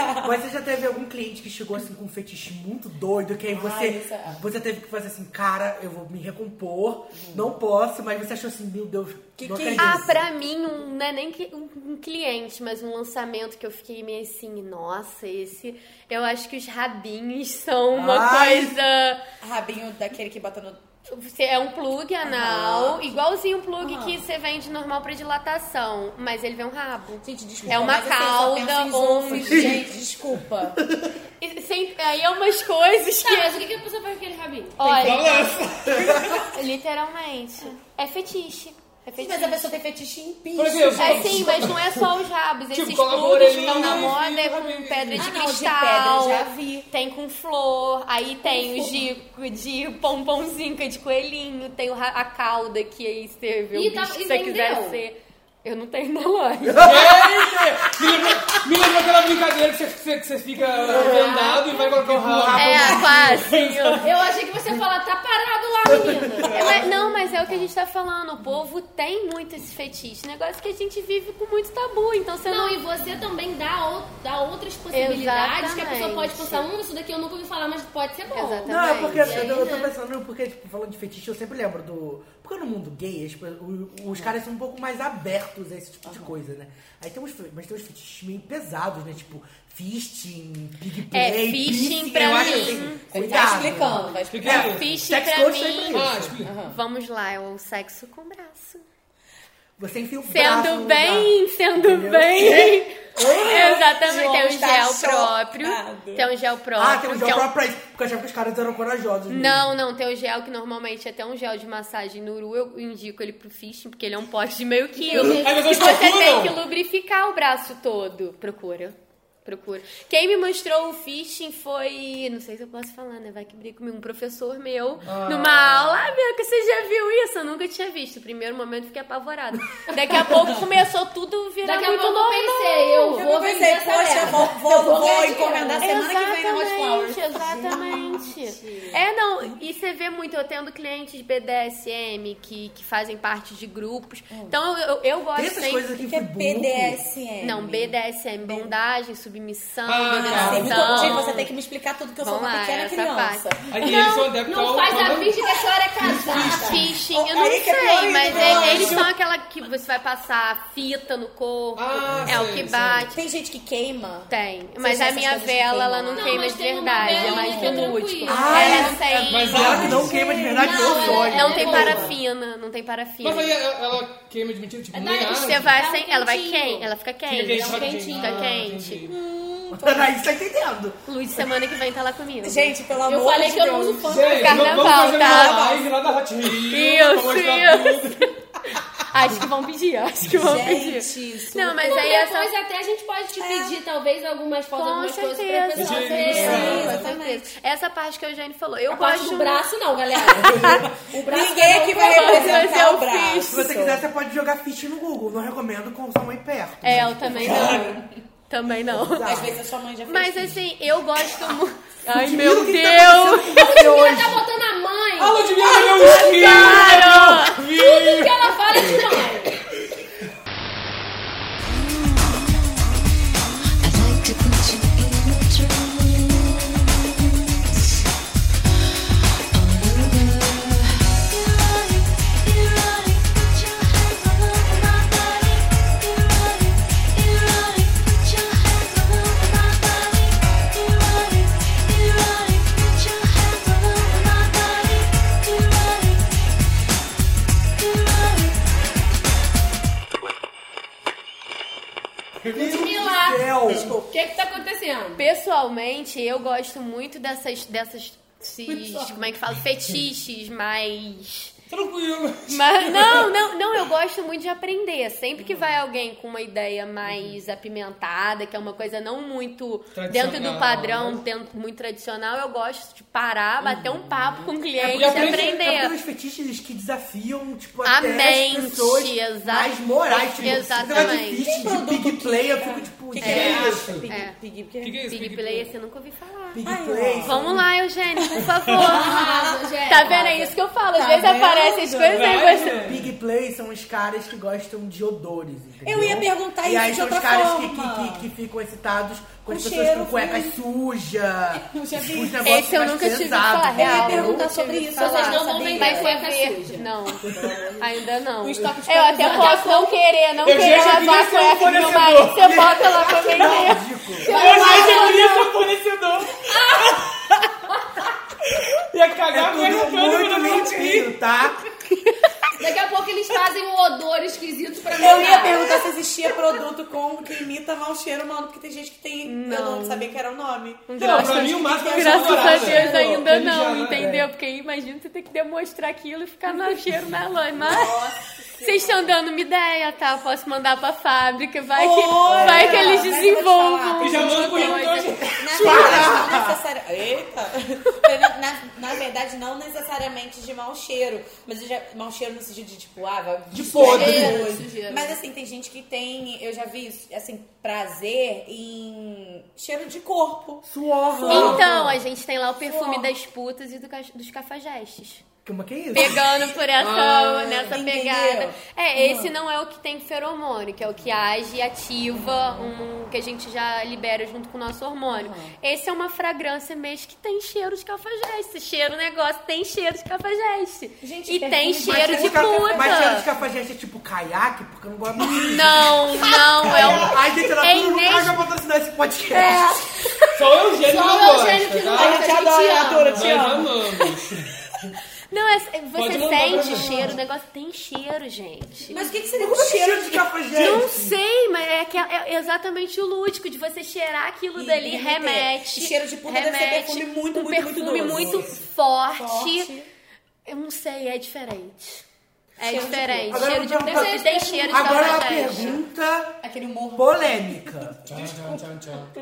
dois.
Mas você já teve algum cliente que chegou assim com um fetiche muito doido, que aí você,
isso é.
você teve que fazer assim, cara, eu vou me recompor, não posso, mas você achou assim, meu Deus,
Que
não
que é
acredito.
Ah, pra mim, um, não é nem que- um, um cliente, mas um lançamento que eu fiquei meio assim, nossa, esse. Eu acho que os rabinhos são uma
Ai.
coisa.
Rabinho daquele que bota no...
Você- É um plug anal, igualzinho um plug que você vende normal pra dilatação, mas ele vem um rabo.
Gente, desculpa,
É uma
mas, assim, só penso
cauda,
em zoom,
onde-
Gente, desculpa.
E sem- aí é umas coisas
Tá,
que.
mas o que, que a pessoa faz com aquele rabinho?
Olha, literalmente. É fetiche. É fetiche.
Mas a pessoa tem fetiche em piso.
Por exemplo,
É sim, mas não é só os rabos.
Tipo,
Esses
coloca a
plugs que estão
orelhinha
na
e
moda é
fica
com
bem-
pedra de
Ah, não, de
cristal.
pedra, já vi.
Tem com flor, aí tem os de, de pomponzinho, que é de coelhinho, tem o ra- a cauda que aí você vê o
E
bicho
tá-
que
e
você quiser
vendeu?
ser. Eu não tenho na loja.
Gente, me lembrou, me lembrou aquela brincadeira que você, que você- que você fica vendado e vai colocar o rabo.
É, quase.
Eu achei que você ia falar, tá parado lá, menina.
É, mas- não, mas é o que a gente tá falando. O povo tem muito esse fetiche. um Negócio que a gente vive com muito tabu. Então você não.
Não, e você também dá, ou- dá outras possibilidades que a pessoa pode
Exatamente.
pensar, hum, isso daqui eu nunca ouvi falar, mas pode ser bom.
Não, é porque
E
assim,
aí,
eu, eu tô
né?
pensando, porque tipo, falando de fetiche, eu sempre lembro do. Porque no mundo gay, as pe- o- os, caras são um pouco mais abertos a esse tipo de coisa, né? Aí tem uns, fe- mas tem uns fetiches meio pesados, né? Tipo, fisting, pig play,
É, fisting
piercing,
pra
eu acho
mim.
assim,
Tá
cuidado.
explicando, vai
Porque
explicando.
é,
Ah,
Fisting
sex
pra
coach sempre
mim.
isso.
Ah, explica.
né?
Vamos lá, é o sexo com braço.
Você enfia o braço no
Sendo bem,
lugar.
sendo
Entendeu?
bem.
É.
Exatamente, tem um
João tá
gel
chocado.
próprio. Tem um gel próprio.
Ah, tem um gel
que é
próprio pra isso. Porque eu achava que os caras eram corajosos. mesmo.
Não, não, tem o gel que normalmente é até um gel de massagem no Uru, eu indico ele pro fishing, porque ele é um pote de meio quilo.
Aí
que
vocês
você tem
procuram?
que lubrificar o braço todo. Procura. Procura. Quem me mostrou o fishing foi. Não sei se eu posso falar, né? Vai que briga comigo. Um professor meu,
Ah.
numa aula. Ah, Bianca, você já viu isso? Eu nunca tinha visto. No primeiro momento eu fiquei apavorada. Daqui a pouco começou tudo virar
Daqui a
muito
pouco eu
normal.
pensei, eu Eu vou pensei, vender essa poxa, merda. vou- vou- Eu vou vou ganhar encomendar dinheiro. semana
né,
que vem na Hot Flowers.
Exatamente, exatamente. É, não, e você vê muito, eu tendo clientes de BDSM que, que fazem parte de grupos.
Hum.
Então eu, eu, eu gosto
Tem essas
sempre-
coisas aqui que é BDSM?
Não, BDSM, bondagem, submissão, então.
Ah, sim, me
dominação.
corrija, você tem que me explicar tudo que eu sou
Vamos
uma
lá,
pequena
essa
criança.
parte.
Aí
Não,
eles são adeptos
não
ao-
faz
ao-
a vida que a senhora é
casada.
Fishing, eu não
Aí que é pior
sei, mas
ainda,
é-
eu
eles
acho.
são aquela que você vai passar fita no corpo,
Ah,
é o
sei,
que
sei.
bate.
Tem gente que queima?
Tem,
Vocês
mas
acham
a
essas
minha
coisas que
vela, ela
queimam?
não
Não,
queima
mas
de
tem uma
verdade,
velinha
é mais
que é
volútil.
tranquila.
Ah,
Ah,
ela
é?
tem...
Mas ela que não
queima de verdade,
não, é,
eu sou,
ela-
hein?
né?
Não tem
Eu
parafina, não tem parafina.
Mas aí é ela, ela queima de mentira, tipo, nem arde.
Você
Tá
vai sem, ela vai quente, ela fica
Fica
quente,
quente, só quentinho.
fica
Ah,
É quente.
Anaís tá entendendo.
Luiz, semana que vem tá lá comigo.
Gente, pelo
Eu
amor
falei
de
que eu não
Deus.
uso fã
Gente,
pro carnaval,
vamos fazer uma
tá?
live lá da Hot Rio. pra
Isso,
mostrar
isso. Acho que vão pedir, acho que vão pedir.
Isso.
Não, mas
Qualquer
aí essa... É.
coisa até a gente pode te pedir, talvez, algumas fotos,
Com
algumas coisas pra
certeza.
pessoa ver.
Sim, exatamente. Essa parte que a Eugênio falou. Eu
A parte
gosto
do braço, não, galera. O braço
Ninguém
não
aqui
foi
vai
bom,
representar
mas eu
o braço.
fiz.
Se você quiser, você pode jogar fish no Google. Não recomendo com sua mãe perto.
É, eu também não. Também não.
Às vezes a sua mãe já fez.
Mas assim, eu gosto muito. Ai,
Ludmilla,
meu
o que tá
Deus!
acontecendo com você
Ela
hoje?
tá botando a mãe.
A Ludmilla
Ai,
deu um espirro,
cara!
meu filho.
Tudo que ela fala é de mãe.
Ludmilla!
O que que tá acontecendo?
Pessoalmente, eu gosto muito dessas. dessas esses, como é que fala? Fetiches mais.
Tranquilo.
Mas, não, não, não, eu gosto muito de aprender. Sempre que vai alguém com uma ideia mais apimentada, que é uma coisa não muito dentro do
Tradicional,
padrão,
né?
dentro, muito tradicional, eu gosto de parar, bater um papo com o
É
cliente
porque
e
aprende-
aprender.
É porque os fetiches que desafiam, tipo,
A
até
mente,
as pessoas
exatamente.
mais morais. Tipo,
Exatamente.
Você vai de fish, de big play, eu fico tipo...
Que que
gente,
é
isso?
Pig, é.
pig,
pig,
é isso, pig
play, você nunca ouviu falar.
Pig play.
Vamos lá, Eugênio, por favor.
Ah, Eugênio.
tá vendo? É isso que eu falo. Às
tá
vezes
vendo?
aparecem as coisas aí você.
Big play são os caras que gostam de odores, entendeu?
Eu ia perguntar
E
isso
aí
de
são os
outra
caras que,
forma.
que, que, que ficam excitados com as
Com
pessoas
cheiro,
com cuecas sujas.
vi.
os negócios
Esse eu
mais
nunca tive que
pesados.
falar, real.
perguntar
Eu tive
sobre
que
isso,
falar.
vocês não vão vender
Mas
cueca
você vê-
suja.
Não, ainda não.
Um estoque de
Eu até
cueca
posso
suja.
não querer, não
Eu
querer
já queria
lavar a
ser um
cueca do meu
fornecedor.
marido, você bota lá pra vender.
Eu
acho
já
que
queria ser fornecedor. Ia cagar
É
mesmo,
tudo muito
eu não
lentinho, tá?
Daqui a pouco eles fazem um odor esquisito pra mim.
Eu ia perguntar se existia produto com que imita mau cheiro, mano, porque tem gente que tem. Eu não sabia que era o nome.
Graças-
Tem gente que
é
tem
Graças
sabor
a
dourado,
Deus
né?
ainda
Ele
não,
já-
é.
entendeu? Porque imagina você ter que demonstrar aquilo e ficar no cheiro na loja. Mas vocês estão dando uma ideia, tá? Eu Posso mandar pra fábrica, vai que,
Olha,
vai que eles
mas eu vou te falar,
desenvolvam.
tem
alguma
gente que tem
coisa.
Na verdade, não necessariamente. Eita! Na, na- na verdade, verdade, não necessariamente de mau cheiro, mas eu já, mau cheiro no sentido de tipo, ah, vai-
De podre.
sujeira,
Sujeira.
Mas assim, tem gente que tem, eu já vi isso, assim, prazer em cheiro de corpo.
Suor.
Então, a gente tem lá o perfume das putas e do ca- dos cafajestes.
Como que é isso?
Pegando por essa,
Ah,
nessa
entendeu.
pegada. É,
Ah.
esse não é o que tem feromônio, que é o que age e ativa, um que a gente já libera junto com o nosso hormônio.
Uhum.
Esse é uma fragrância mesmo que tem cheiro de cafajeste. Cheiro negócio, tem cheiro de cafajeste. e tem cheiro de
capa-
puta.
Mas cheiro de cafajeste é tipo caiaque? Porque eu não gosto muito.
Não, não, é um-
Ai, gente, ela
é
tudo
inês-
vai patrocinar esse podcast.
Só o Eugênio
Só
não
o
gosta,
Eugênio que não
tá?
gosta, A gente a gente adora, ama. adora, te
Nós
ama.
amamos.
Não, é, é-
Pode
você
mandar pra
sente
gente.
cheiro, o negócio tem cheiro, gente.
Mas o que, que seria um cheiro de cafajeste?
Não sei, mas é, que é exatamente o lúdico de você cheirar aquilo
E-
dali,
e remeter.
remete.
E cheiro de puta deve ser perfume muito,
um
muito, muito
perfume
doce.
muito
Doce.
forte.
Forte.
Eu não sei, é diferente. É
Cheiro de
diferente.
puta. Agora
cheiro
eu
de
vou perguntar-
puta tem cheiro de
Agora a
cafajeste.
pergunta
Aquele morro.
polêmica.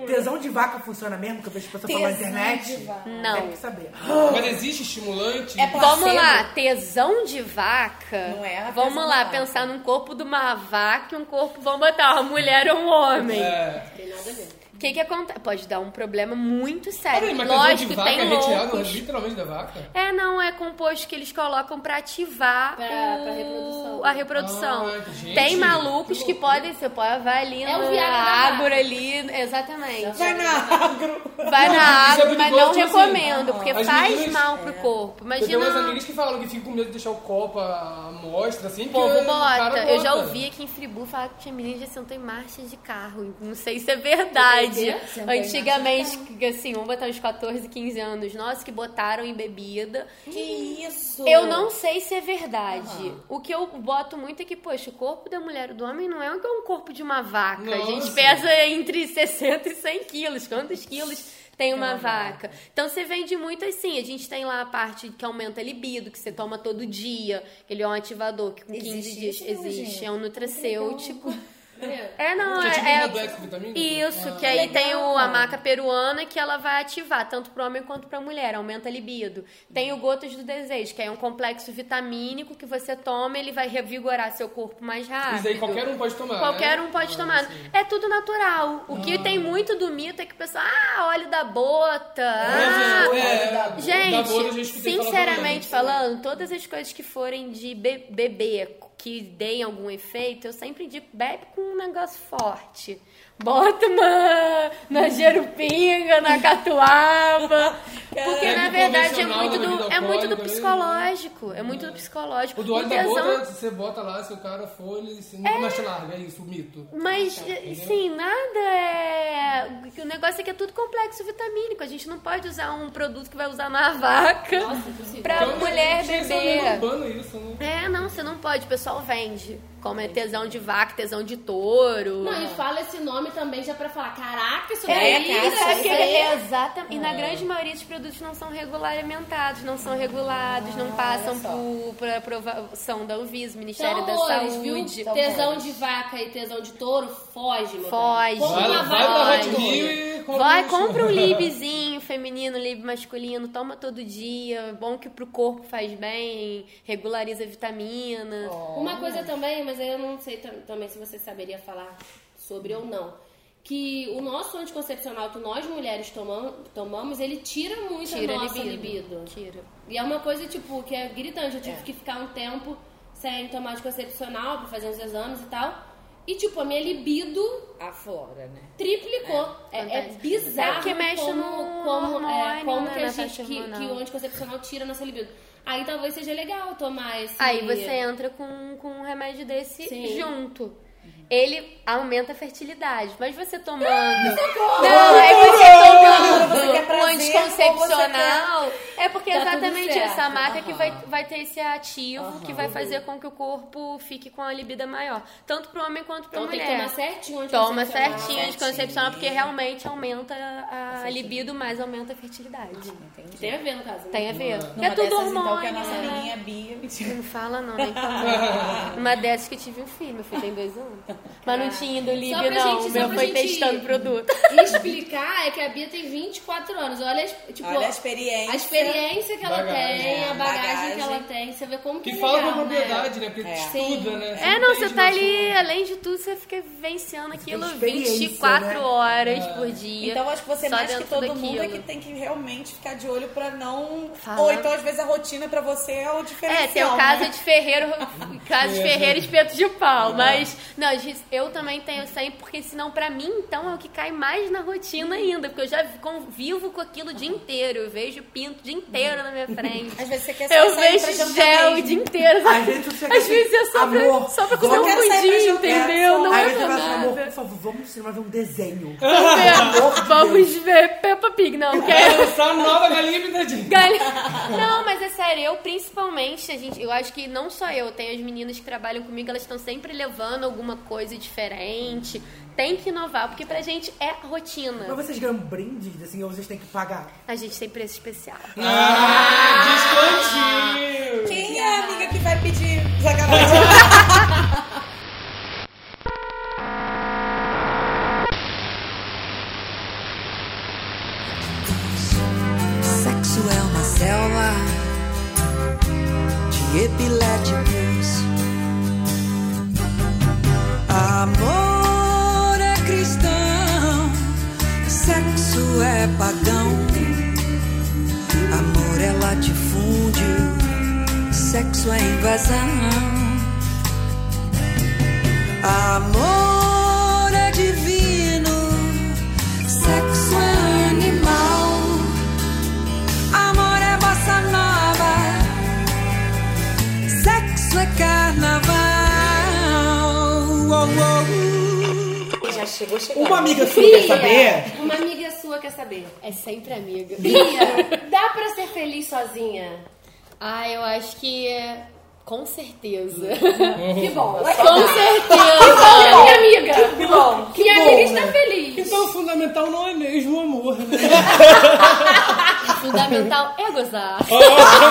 Tesão de vaca funciona mesmo? Que eu vejo as pessoas falando na
Tesão
internet?
de vaca. Não.
Tem que
É
saber.
Mas existe estimulante?
É
um
Vamos lá, tesão de vaca. Não é Vamos
tesão
lá,
da
pensar num corpo de uma vaca e um corpo, vamos botar uma mulher ou um homem.
É.
Tem nada a ver. O que que acontece? Pode dar um problema muito sério.
Peraí, mas tesão
É, Lógico,
de vaca
tem
é retirado
loucos.
literalmente da vaca?
É, não, é composto que eles colocam pra ativar o- a reprodução.
Ah, gente,
Tem malucos que, podem ser, pô, vai ali
É o
na
Viagra da
água
vaca.
ali, exatamente.
Vai na
agro.
Vai na
Isso é
água, mas
perigoso,
não
tipo assim,
recomendo, porque
as
faz
meninas-
mal pro corpo. Imagina...
Eu tenho umas amigas que falaram que ficam com medo de deixar o copo à mostra, assim,
O
que
um povo
o cara
bota. Eu já
bota.
ouvi aqui em Friburgo falar que tinha menina assim, que já sentou em marchas de carro. Não sei se é verdade.
Sentou em quê? Sentou em
Antigamente, que, assim, vamos botar uns 14, 15 anos. Nossa, que botaram em bebida.
Que isso?
Eu não sei se é verdade. O que eu boto muito é que, poxa, o corpo da mulher e do homem não é um corpo de uma vaca. A gente
Nossa.
pesa entre 60 e 100 quilos. Quantos quilos tem uma vaca? Então você vende muito assim. A gente tem lá a parte que aumenta a libido, que você toma todo dia. que Ele é um ativador que com 15
Existe
dias
isso,
existe.
gente?
É um nutracêutil.
É,
É, não,
Que é tipo
é.
Rodex vitamina?
Isso,
Ah.
que aí
Legal,
tem o, a
cara.
maca peruana que ela vai ativar, tanto pro homem quanto pra mulher, aumenta a libido. Tem o Gotas do Desejo, que é um complexo vitamínico que você toma, ele vai revigorar seu corpo mais rápido.
Isso aí qualquer um pode tomar,
Qualquer
né?
um pode tomar. É tudo natural. O
Ah.
que tem muito do mito é que o pessoal, ah, óleo da bota. ah,
é, é, da bota.
gente,
Da bota eu já escutei falar
sinceramente falando, todas as coisas que forem de be- beber que deem algum efeito, eu sempre indico bebe com um negócio forte. Bota uma na jerupinga, na catuaba. Porque
Bebe
na verdade é
convencional
muito
da
do,
bebida
é muito do
alcoólica, né?
psicológico. É muito do psicológico.
O do óleo
O
da
tesão-
boca, você bota lá, se o cara for, ele se... nunca mais te larga, é isso, o mito.
Mas, sim, nada é. O negócio é que é tudo complexo vitamínico. A gente não pode usar um produto que vai usar na vaca pra
Então,
É, mulher
tinha esse
beber.
lenda urbana isso, né?
É, não, você não pode. O pessoal vende. Como é tesão de vaca, tesão de touro.
Não, e fala esse nome também já pra falar, caraca, isso
Uhum. É,
daí...
é,
isso
é,
daí-
é, exatamente. E na grande maioria dos produtos não são regulamentados, não são regulados,
Ah,
não passam por, por aprovação da Anvisa, Ministério
São
da
horrores,
Saúde.
Então, viu? Tesão de vaca e tesão de touro, foge, meu
Foge.
bem. Compra uma
Vai,
vaca
vai pra
e um touro.
Hot Wheels Vai, compra um libzinho feminino, lib masculino, toma todo dia. Bom que pro corpo faz bem, regulariza a vitamina.
Uma coisa também, mas eu não sei tam- também se você saberia falar sobre ou não. Que o nosso anticoncepcional que nós mulheres tomam- tomamos, ele tira muito
Tira
a nossa
libido.
libido.
Tira.
E é uma coisa, tipo, que é gritante. Eu tive que ficar um tempo sem tomar anticoncepcional pra fazer uns exames e tal. E, tipo, a minha libido
Aflora, né?
triplicou. É, é
Acontece.
bizarro.
É porque mexe
como,
no
como, é,
hormônio,
como
né,
que, a
na
gente,
taxa
que,
hormonal.
que o anticoncepcional tira a nossa libido. Aí talvez seja legal tomar esse.
Aí você
é
entra com, com um remédio desse
Sim.
junto. Ele aumenta a fertilidade, mas você tomando. não,
Ah, socorro!
é que
Socorro!
você
Você
tomando
quer
o
prazer
anticoncepcional.
ou você quer-
É porque é
Tá tudo
exatamente
certo.
essa marca que vai,
Aham.
vai ter esse ativo que vai fazer com que o corpo fique com a libido maior. Tanto pro homem quanto pra
Então tem
mulher.
que tomar certinho o
Toma
anticoncepcional.
certinho o anticoncepcional, porque realmente aumenta a, a libido, mas aumenta a fertilidade.
então Tem a ver, no caso. né?
Tem a ver.
Numa-
Porque é
numa
tudo
dessas,
hormônio.
então, que a nossa
né?
menininha
é bi,
Não fala não, nem fala. Uma dessas que eu tive um filho, meu filho tem dois anos. Mas não tinha indo
Só pra
livre, não.
gente-
O
só
meu
pra
foi
gente-
testando produto.
Explicar é que a Bia tem 24 anos. Olha, as- tipo,
Olha a experiência.
A experiência experiência que ela
Bagagem.
tem, a bagagem, que ela
Bagagem.
tem, você vê como que
Que fala
legal,
com propriedade, né? Porque
É.
estuda,
Sim.
né? Você
É, não,
entende
você tá
do
ali,
assunto.
além de tudo, você fica vivenciando aquilo
é. experiência,
24
né?
horas por dia.
Então acho que você
só
mais que
dentro
todo
daquilo.
mundo é que tem que realmente ficar de olho pra não.
Fala.
Ou então, às vezes, a rotina pra você é o diferencial.
É, tem o caso
né?
de ferreiro, caso de
É.
ferreiro e espeto de pau, mas não, gente, eu também tenho isso aí, porque senão pra mim então é o que cai mais na rotina ainda, porque eu já convivo com aquilo o dia inteiro, eu vejo pinto o dia inteiro na minha frente.
Uhum. Às vezes você quer
Eu
sair pra
vejo
jantar
gel o
mesmo.
dia inteiro.
Às vezes você quer
Às vezes é só pra,
assim, Amor,
só pra
vamos-
comer um pudim, entendeu? Não é
Aí você
pra
fala assim, amor,
nada.
por favor, vamos no cinema ver um desenho.
Vamos ver-
Amor de
Vamos ver Peppa Pig, não quero.
Essa tipo, nova galinha pintadinha.
Galinha- Não, mas é sério, eu principalmente, a gente, eu acho que não só eu, tem as meninas que trabalham comigo, elas estão sempre levando alguma coisa diferente. Tem que inovar, porque pra gente é rotina.
Mas vocês ganham brinde, assim, ou vocês têm que pagar?
A gente tem preço especial.
Ah, descontinho!
Quem é a amiga que vai pedir Zacabu?
Sexo é uma selva de epiléticos. Amor é cristão, sexo é pagão. Amor é latifúndio, sexo é invasão. Amor é divino, sexo é animal. Amor é bossa nova, sexo é carnaval. Uou, uou.
Já chegou chegando.
Uma amiga sua quer saber?
Uma amiga sua quer saber. É sempre amiga. Bia, dá pra ser feliz sozinha?
Ah, eu acho que é, com certeza.
Que bom.
Com
é
certeza.
Que amiga.
Que bom.
Que amiga está feliz.
Então, o fundamental não é mesmo o amor, né?
Fundamental é gozar.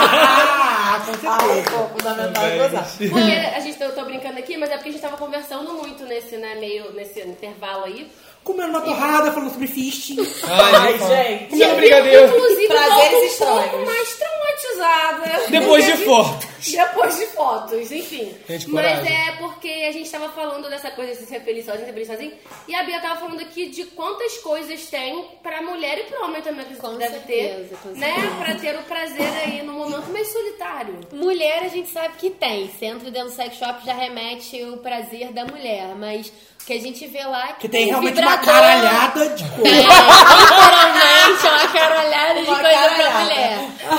Ah, com certeza.
fundamental
é gozar.
Porque a gente, eu tô brincando aqui, mas é porque a gente tava conversando muito nesse, né, meio, nesse intervalo aí.
Comendo uma torrada, falando sobre fisting.
Ai, gente. Comendo brigadeiro.
Inclusive,
Prazeres
Prazeres um
estranhos.
pouco mais traumatizada. né?
Depois de
Porque a gente-
fotos.
Depois de fotos, enfim.
Gente,
Mas
coragem.
é porque a gente tava falando dessa coisa de ser feliz sozinho, ser feliz sozinho. E a Bia tava falando aqui de quantas coisas tem pra mulher e pro homem também que deve
certeza,
ter.
com
né?
certeza.
Pra ter o prazer aí no momento meio solitário.
Mulher a gente sabe que tem. Você entra dentro do sex shop já remete o prazer da mulher. Mas o que a gente vê lá é
Que tem
um
realmente
vibrador.
uma caralhada de
É,
coisa.
literalmente é uma caralhada de
Uma
coisa pra
caralhada.
mulher.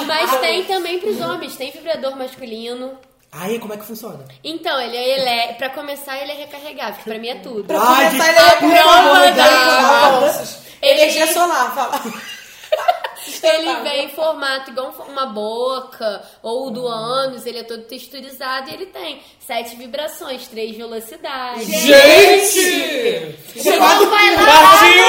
Mas tem também pros homens. Tem vibrador masculino.
Aí, como é que funciona?
Então, ele é, ele é pra começar, ele é recarregável, que pra mim é né? tudo.
Pra Ai, começar, ele é
Prova
recarregável.
da-
Bolsas.
Ele-
Energia solar, fala.
Ele vem em formato igual um uma boca ou do ânus, ele é todo texturizado e ele tem sete vibrações, três velocidades.
Gente!
Você não vai lá!
Partiu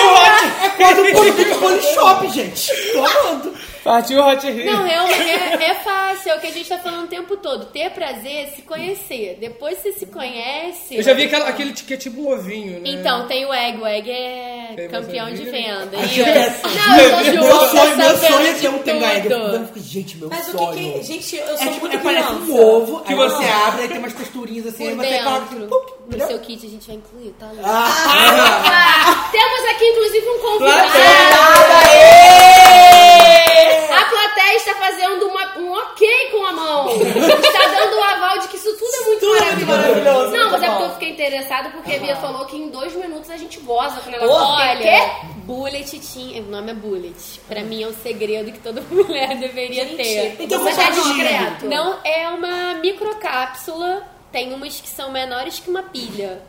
É quase um pouco de polishop, gente. Tô amando.
Partiu o Hot Rio.
Não, realmente é, é fácil, é o que a gente tá falando o tempo todo. Ter prazer, é se conhecer. Depois que você se conhece.
Eu já vi aquela, aquele que é tipo um ovinho, né?
Então, tem o Egg. O Egg é
Tem
campeão
mais
de
um.
venda.
Acho
E-
que é assim.
Não, eu tô
meu,
junto,
sonho, meu
eu sou
sonho é
fã
ter
de
um tengaiga.
tudo.
Eu fico, Gente, meu
Mas o
sonho.
que que. Gente, eu sou
É tipo,
muito
é, parece
criança.
um ovo,
Que
aí
você-
você abre, aí tem umas texturinhas assim, aí
Por
você coloca...
dentro, no seu kit a gente vai incluir, tá? Lu?
Ah,
é.
temos aqui, inclusive, um
Plateia!
convidado. A plateia está fazendo uma- um ok com a mão. Está dando o aval de que isso tudo é muito maravilhoso.
maravilhoso,
Não,
muito
mas é porque
bom.
eu fiquei interessada, porque a Bia falou que em dois minutos a gente goza com o negócio.
Olha, é
Porque quê?
Bullet tinha. O nome é Bullet. Pra mim é um segredo que toda mulher deveria ter.
então Você qual tá é o nome? discreto.
Não, é uma microcápsula. Tem umas que são menores que uma pilha.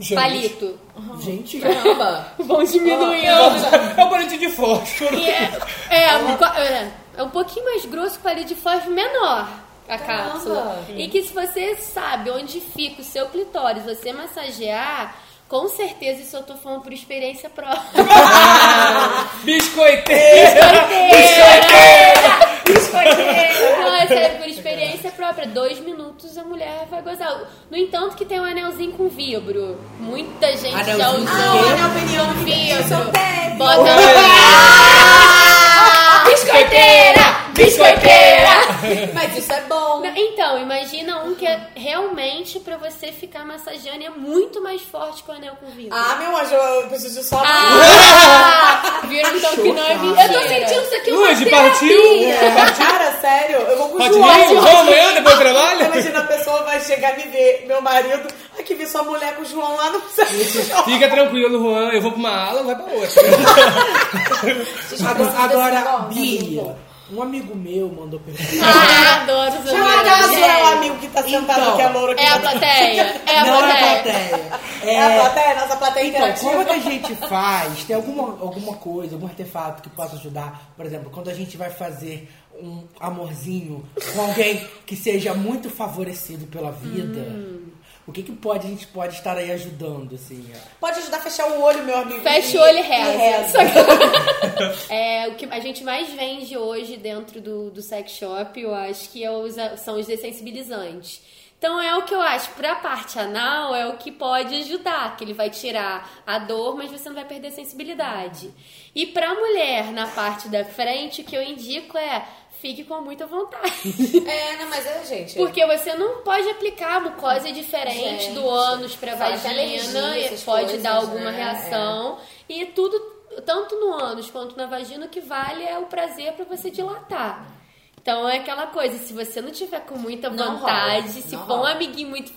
Gente.
Palito.
Gente,
Caramba. Vão diminuindo.
É um parente de fósforo.
E é, é, um, co- é, é um pouquinho mais grosso que o palito de fósforo menor a cápsula. E que se você sabe onde fica o seu clitóris, você massagear, com certeza isso eu tô falando por experiência própria.
Biscoiteira!
Não, é sério, por experiência própria. Dois minutos a mulher vai gozar. No entanto, que tem um anelzinho com vibro. Muita gente já usou.
Anelzinho com quê? Ah, o anel
com vibro.
Eu sou
Bota
Ah!
Biscoiteira! Biscoiteira!
isso é bom.
Então, imagina um que é realmente pra você ficar massageando e é muito mais forte que o anel curvinho.
Ah, meu anjo, eu preciso só.
Ah! Viram então que não é mentira.
Eu tô sentindo isso aqui
Luiz,
uma
partiu?
terapia. Cara, sério, eu vou com o
Pode
João.
ir? Vamos amanhã, depois do trabalho?
Imagina, a pessoa vai chegar e me ver, meu marido, ai que vi sua mulher com o João lá no...
Fica tranquilo, Juan. Eu vou pra uma ala, vai pra outra.
Agora, agora Bia, um amigo meu mandou perguntar.
Ah,
adoro
os amigos. Já acaso é o amigo que tá sentado que é louro que
é
tá-
a plateia,
é a
Não é a
plateia.
plateia.
É a plateia, nossa plateia
Então,
interativa.
como é que a gente faz? Tem alguma, alguma coisa, algum artefato que possa ajudar? Por exemplo, quando a gente vai fazer um amorzinho com alguém que seja muito favorecido pela vida, o que, que pode a gente pode estar aí ajudando, assim? ó?
Pode ajudar a fechar o olho, meu amigo.
Fecha o olho e reza.
reza.
Só que- É, o que a gente mais vende hoje dentro do, do sex shop, eu acho que é os- são os dessensibilizantes. Então é o que eu acho, pra parte anal é o que pode ajudar, que ele vai tirar a dor, mas você não vai perder a sensibilidade. E pra mulher, na parte da frente, o que eu indico é fique com muita vontade.
É, não, mas é, gente...
Porque você não pode aplicar a mucosa diferente
Gente,
do ânus pra
fora que é
vagina,
alergia, essas
e pode
coisas,
dar alguma
né?
reação. E tudo, tanto no ânus quanto na vagina, o que vale é o prazer pra você dilatar. Então é aquela coisa, se você não tiver com muita
Não
vontade,
rola,
se
não
for um
rola.
amiguinho muito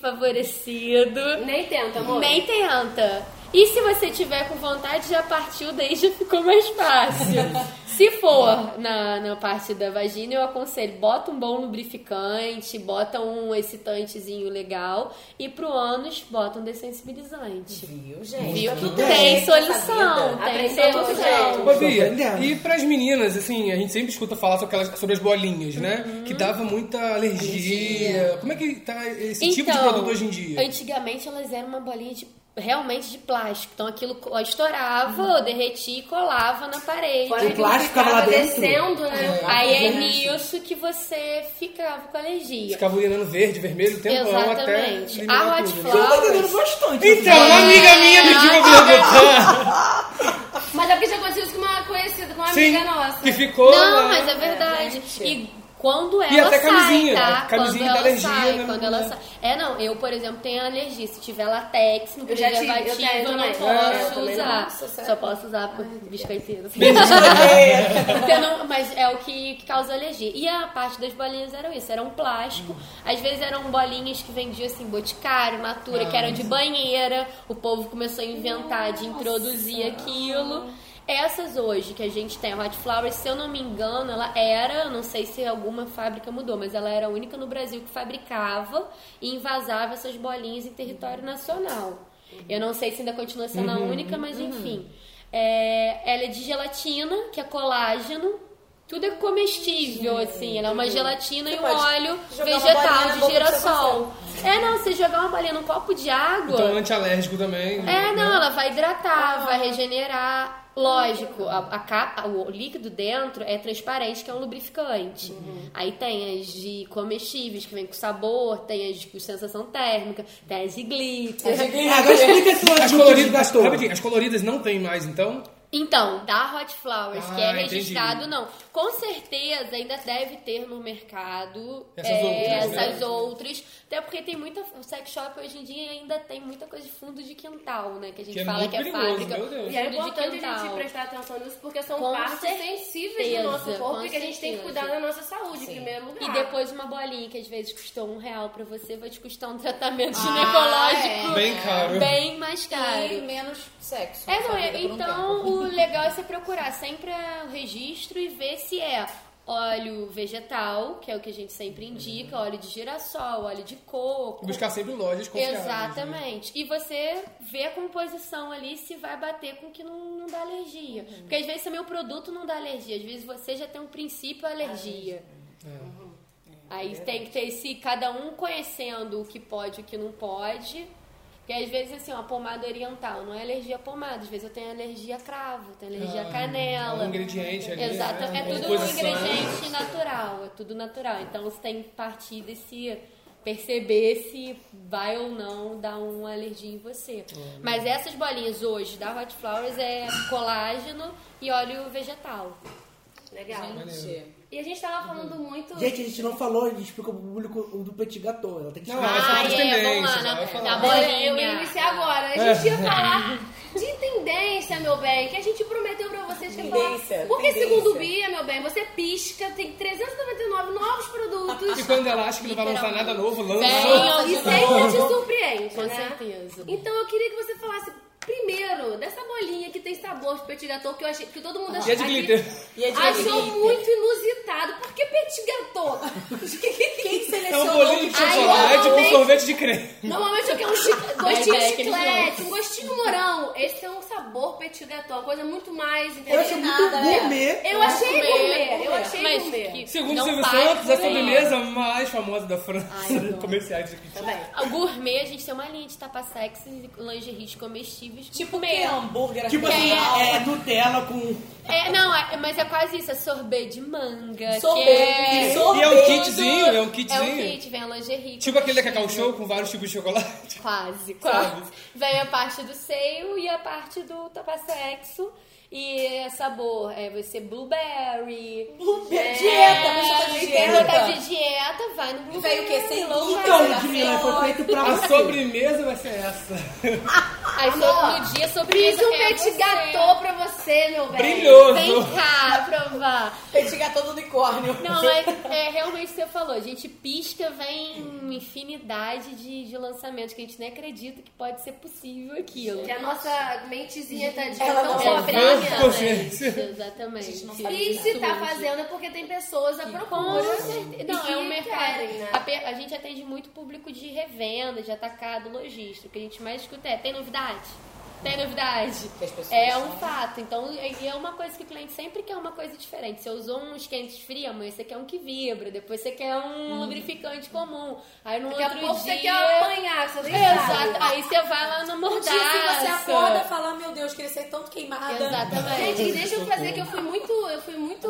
favorecido.
Nem tenta, amor.
Nem tenta. E se você tiver com vontade, já partiu, daí já ficou mais fácil. se for na, na parte da vagina, eu aconselho, bota um bom lubrificante, bota um excitantezinho legal e pro ânus, bota um dessensibilizante. Viu,
gente?
Viu que
Muito
tem
bem.
solução,
Sabida.
tem
Aprendemos,
solução.
Ô, Bia, e pras meninas, assim, a gente sempre escuta falar sobre, aquelas, sobre as bolinhas, né?
Uhum.
Que dava muita alergia. Como é que tá esse tipo de
Então,
produto hoje em dia?
Antigamente elas eram uma bolinha de realmente de plástico. Então aquilo co- estourava, eu derretia e colava na parede.
Uhum. Fora O que plástico ficava ficava lá dentro. descendo, né? É.
Aí é
Né?
nisso que você ficava com alergia.
Ficava olhando verde, vermelho, o um tempão até.
Exatamente. Ah,
eliminar
A
tudo,
Hot
né?
Flowers-
bastante.
Então, uma amiga minha
Ah,
me pediu pra perguntar.
Mas é porque já aconteceu isso com uma conhecida, com uma
Sim,
amiga nossa.
que ficou
Não,
lá.
mas é verdade. e quando ela
até camisinha,
sai, tá?
né? Camisinha
quando
dá
ela
alergia,
sai,
né?
quando ela sai. É, não, eu, por exemplo, tenho alergia. Se tiver latex no
Eu já tive, eu
preservativo, eu,
tenho
não
também.
posso
É, eu também não.
usar.
Nossa, sério?
Só posso usar por biscoiteiro.
Biscoiteiro.
Porque não- mas é o que, que causa alergia. E a parte das bolinhas era isso, era um plástico. Às vezes eram bolinhas que vendiam assim, boticário, natura, que eram de banheira. O povo começou a inventar de introduzir aquilo. Essas hoje que a gente tem, a Hot Flowers, se eu não me engano, ela era, não sei se alguma fábrica mudou, mas ela era a única no Brasil que fabricava e envasava essas bolinhas em território nacional. Eu não sei se ainda continua sendo a
Uhum.
única, mas enfim. É, ela é de gelatina, que é colágeno. Tudo é comestível, assim. Ela é uma gelatina
Você
e um
pode
óleo
jogar uma
vegetal
bolinha na
de
boca que você
girassol. É, não, você jogar uma bolinha num copo de água.
Então, antialérgico também.
É,
né?
não, ela vai
Ah.
hidratar, vai regenerar. Lógico, a, a capa, o líquido dentro é transparente, que é um lubrificante.
Uhum.
Aí tem as de comestíveis, que vem com sabor, tem as com sensação térmica, tem as de glitter.
As coloridas, rapidinho, as coloridas não tem mais, então?
Então, da Hot Flowers,
Ah,
que é
entendi.
registrado, não. Com certeza ainda deve ter no mercado
Essas
é,
outras, né?
essas outras. Até porque tem muita. O sex shop hoje em dia ainda tem muita coisa de fundo de quintal, né? Que a gente
Que é
fala
muito
que é
perigoso,
fábrica.
meu Deus.
fundo
E é
de
importante a
quintal.
gente prestar atenção nisso, porque são
Com
partes
certeza,
sensíveis do nosso corpo
com
e que a gente tem que
certeza.
cuidar da nossa saúde
Sim.
em primeiro lugar.
E depois uma bolinha que às vezes custou um real pra você, vai te custar um tratamento
Ah,
ginecológico.
é. Bem caro.
Bem mais caro.
E
menos
sexo.
É, não,
sabe?
é-
Por um
então
tempo.
o legal é você procurar sempre é, o registro e ver se é óleo vegetal, que é o que a gente sempre indica, óleo de girassol, óleo de coco.
Buscar sempre lojas confiáveis.
Exatamente. E você vê a composição ali se vai bater com o que não, não dá alergia.
Uhum.
Porque às vezes também o produto não dá alergia, às vezes você já tem um princípio alergia.
É.
Aí tem que ter esse, cada um conhecendo o que pode e o que não pode. Porque às vezes, assim, ó, pomada oriental não é alergia à pomada. Às vezes eu tenho alergia a cravo, tenho alergia
Ah,
a canela.
é um ingrediente ali,
Exato.
né?
É
Uma
tudo um
composição.
ingrediente natural. É tudo natural. Então você tem que partir desse... Perceber se vai ou não dar uma alergia em você. Mas essas bolinhas hoje da Hot Flowers é colágeno e óleo vegetal.
É Legal.
Gente.
E a gente tava falando
Uhum.
muito.
Gente, a gente não falou, a gente explicou pro público o do petit gâteau. Ela tem que
Não,
explicar.
ela vai falar das Ah, é, tendências,
né?
vamos lá, ela vai na- falar. na bolinha. Eu ia iniciar agora, a gente ia falar De tendência, meu bem, que a gente prometeu pra vocês que ia falar.
Tendência,
Porque
tendência.
segundo o Bia, meu bem, você pisca, tem 399 novos produtos.
E quando ela acha que não vai lançar nada novo, lança.
E sempre te surpreende,
Com
né?
certeza.
Então eu queria que você falasse primeiro dessa bolinha que tem sabor de petit gâteau que eu achei que todo mundo
E
achou,
é de
aqui-
glitter.
E é de
achou
glitter.
muito inusitado. Por que petit gâteau? Quem
É um bolinho de chocolate com sorvete de creme.
Normalmente eu quero um chi- gostinho de
Vai, vai, que eles
chiclete,
não.
um gostinho morão. Esse é um sabor petit gâteau, uma coisa muito mais...
Eu achei muito
Nada, né?
gourmet.
Eu achei
Gourmet,
gourmet, eu
gourmet.
achei
Mas
gourmet.
que-
Segundo
Não
Silvio
faz
Santos, a
por aí.
sobremesa mais famosa da França. Comerciais de glitter.
O gourmet, a gente tem uma linha de tapa sexy e lingeries comestíveis. Tipo
Que é hambúrguer
Tipo assim,
artesanal.
é Nutella com.
É, não, é- mas é quase isso, é sorbet de manga.
Sorbet,
que é...
e sorbet. E é um kitzinho, é um kitzinho.
É um kit, vem a lingerie.
Tipo aquele da Cacau Show com vários tipos de chocolate.
Quase,
Sabe?
quase. Vem a parte do seio e a parte do tapa-sexo. E é sabor, é, vai ser blueberry.
Blueberry.
É,
Dieta, mas você tá de
quem
dieta.
tá de dieta, vai no blueberry.
Veio o quê? Sem
Então,
low
um
glúten,
carb,
assim,
Ludmilla,
sem
foi feito
Tá
pra
óleo.
A sobremesa vai ser essa.
Aí
Amor,
sobre no dia sobre
fiz
isso
um
é
petit
você.
gâteau pra você, meu bem.
Brilhoso.
Vem cá provar.
Petit gâteau do unicórnio.
Não, mas é realmente o que você falou. A gente pisca, vem infinidade de, de lançamentos que a gente nem acredita que pode ser possível aquilo.
Que a nossa mentezinha tá de
Ela
tão
não
pobrinha.
sabe.
né?
Exatamente.
E se tá fazendo é porque tem pessoas a
Com
procura.
certeza. Não,
e
é um
que
mercado.
querem, né?
A, pe- a gente atende muito público de revenda, de atacado, lojista. O que a gente mais escuta é: tem novidade? Tem novidade? É um fato. Então, e é uma coisa que o cliente sempre quer uma coisa diferente. Você usou um esquente frio, amanhã você quer um que vibra, depois você quer um lubrificante comum. Aí no
Daqui a
outro
pouco
dia...
você quer apanhar, você nem sabe.
Exato. Aí você vai lá no
Um
mordaça.
dia que você acorda e fala, meu Deus, queria ser tanto queimada. É,
Exatamente.
Gente, deixa eu fazer que eu fui muito. Eu fui muito.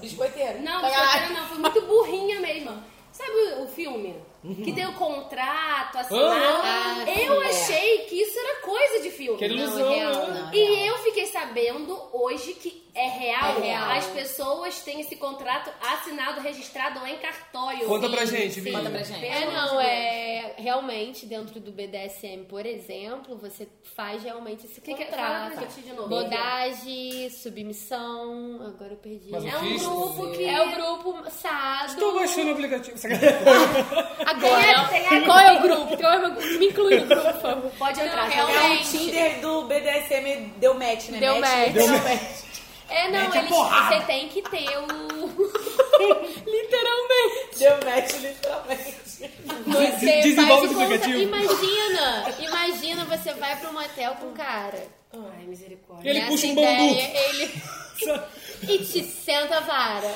Biscoiteira.
Não,
Vai lá.
biscoiteira não, fui muito burrinha mesmo. Sabe o- o filme? Que tem o contrato, assinado.
Ah,
eu
sim, é.
achei que isso era coisa de filme.
Que era Não, ilusão, é real, né? não, é
E eu fiquei sabendo hoje que é real.
É real.
As pessoas têm esse contrato assinado, registrado em cartório.
Conta pra gente, Bia. Conta pra gente.
É, não, é. Realmente, dentro do BDSM, por exemplo, você faz realmente esse
Que que é?
contrato.
Fala pra gente de novo.
Bodagem, submissão. Agora eu perdi.
Mas o É um físico? grupo que-
É o grupo sado.
Estou baixando o aplicativo.
Agora,
Tem a- tem a-
qual é o grupo? Qual é o meu grupo? Me inclui no grupo, por favor.
Pode entrar,
Não,
tá bom?
É o
realmente.
Tinder do BDSM deu match, né?
Deu match.
Deu
Deu
match.
É, não,
Mete a
eles,
porrada.
você tem que ter o. Literalmente.
Deu match, literalmente.
Você
Desenvolve
faz
esse
o conta-
aplicativo.
Imagina, imagina você vai pra um motel com um cara.
Ai, misericórdia.
Ele
Nessa
puxa um
ideia, ele E te senta a vara.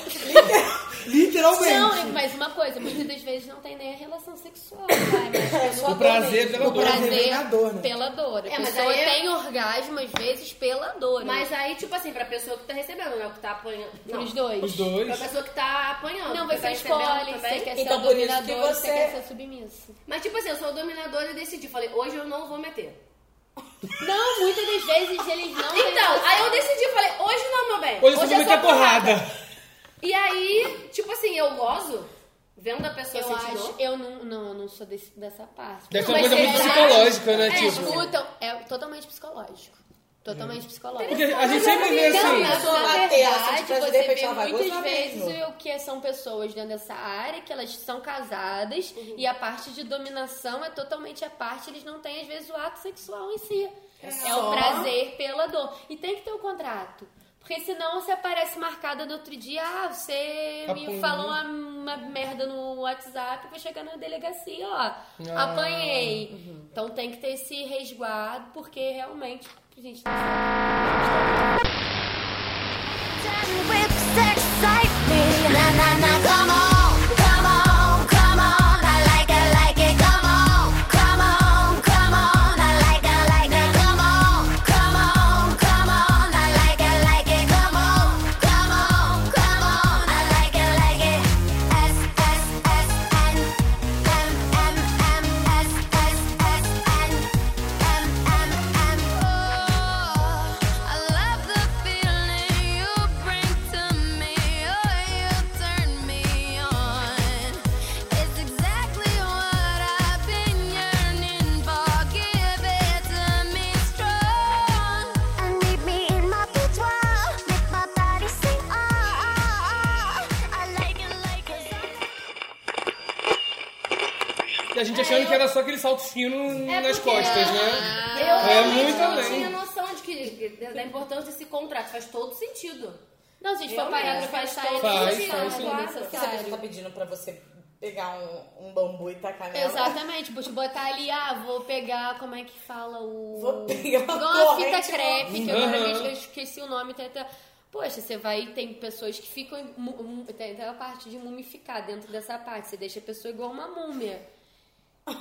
Literalmente.
Não, mas uma coisa, muitas das vezes não tem nem a relação sexual, vai, mas é pelo-
O prazer pela
o
dor.
prazer
Pela dor, né?
pela dor. A
É, mas
pessoa
aí é-
tem orgasmo às vezes pela dor. né?
Mas aí, tipo assim, pra pessoa que tá recebendo, não é o que tá apanhando. Não.
Os dois. Os dois.
Pra pessoa que tá apanhando.
Não,
que tá
você
recebendo
escolhe,
também.
você quer
Então,
ser o dominador, você... quer ser submisso.
Mas tipo assim, eu sou o dominador e decidi. Falei, hoje eu não vou meter.
Não, muitas das vezes eles não têm
Então,
noção.
aí eu decidi, falei, hoje não, meu bem.
Hoje você
é
vai
só
meter porrada.
E aí, tipo assim, eu gozo vendo a pessoa
Eu
sentir
acho,
dor.
eu não, não, eu não sou desse- dessa parte.
Deve ser
Não,
uma coisa
mas
muito
você
psicológica, né,
É,
tipo?
escutam, é totalmente psicológico. Totalmente psicológico.
Porque a gente sempre vê
Não,
assim-
mas
Pessoa
na
bater, ela sente
verdade,
prazer,
você
de repente
vê
ela vai
muitas
gozar
vezes
mesmo.
o que é, são pessoas dentro dessa área, que elas são casadas, e a parte de dominação é totalmente a parte, eles não têm, às vezes, o ato sexual em si. É,
só-
o prazer pela dor. E tem que ter o contrato. Porque senão você aparece marcada no outro dia, ah, você
Apanhou.
me falou uma, uma merda no WhatsApp, vou chegar na delegacia, ó,
Ah.
apanhei. Então tem que ter esse resguardo, porque realmente a gente não
I love the feeling you bring to me. Oh,
a gente achando
É, eu-
que era só aquele salto fino nas
porque
costas,
Eu
né? é
realmente
muito
não tinha
além.
noção de que, da importância desse contrato. Faz todo sentido. Não, se a gente for
Eu
parar pra
mesmo.
pensar,
Faz,
é
faz,
necessário,
faz,
é
claro.
necessário.
Porque se a pessoa tá pedindo pra você pegar um, um bambu e tacar nela.
Exatamente, tipo, te botar ali, ah, vou pegar, como é que fala o.
Vou pegar uma
Igual a fita
corrente,
crepe, que
uma-
agora
Uhum.
que eu esqueci o nome, tem até. Poxa, você vai. Tem pessoas que ficam. mu- mu- Tem até a parte de mumificar dentro dessa parte. Você deixa a pessoa igual uma múmia.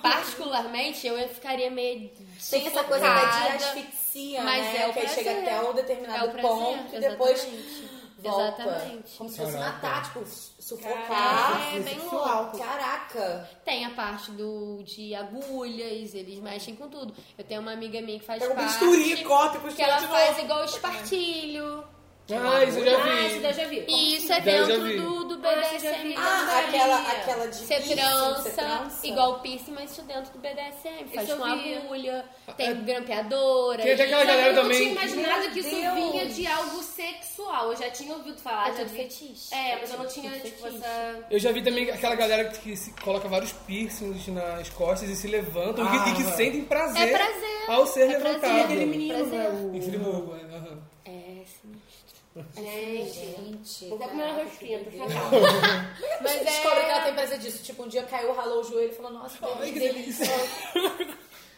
Particularmente, eu ficaria meio.
Tem essa coisa
sufocada,
da de asfixia,
mas
né?
É o
que aí
prazer.
chega até um
É
determinado
o prazer,
ponto e depois
exatamente.
volta.
Exatamente.
Como se fosse
Caraca.
matar, tipo, sufocar.
Caraca, é bem
sexual.
louco.
Caraca.
Tem a parte do de agulhas, eles mexem com tudo. Eu tenho uma amiga minha que faz
um
Pega o
parte.
bisturi, corta e costura
que ela
de
faz
novo.
igual o espartilho.
Ah, isso eu já vi.
Ah, isso daí eu já vi.
E isso é
Daí eu já
dentro
vi.
do, do
Ah, isso eu já
BDSM.
vi.
também.
Ah, aquela- aquela de
Você
piercing,
trança,
você trança.
igual o piercing, mas isso dentro do BDSM.
Isso
Faz
eu
com
vi.
agulha, tem grampeadora.
Tem até aquela
e-
galera
eu não
também-
tinha imaginado
Meu
que isso
Deus.
vinha de algo sexual. Eu já tinha ouvido falar.
É
já
tudo
vi...
fetiche.
É, mas eu não
Tudo
tinha, tipo,
fetiche.
essa...
Eu já vi também aquela galera que se coloca vários piercings nas costas e se levantam e que- e que
Ah,
sentem prazer,
é prazer.
ao ser
É prazer.
levantado.
Aquele menino, né, o-
Aquele menino, é, aham.
É, sim.
Gente.
Vou comer uma rosquinha, tô chocada.
Mas
Mas
você
é-
Tipo, descobre que ela tem prazer disso. Tipo, um dia caiu, ralou o joelho e falou, nossa, que delícia.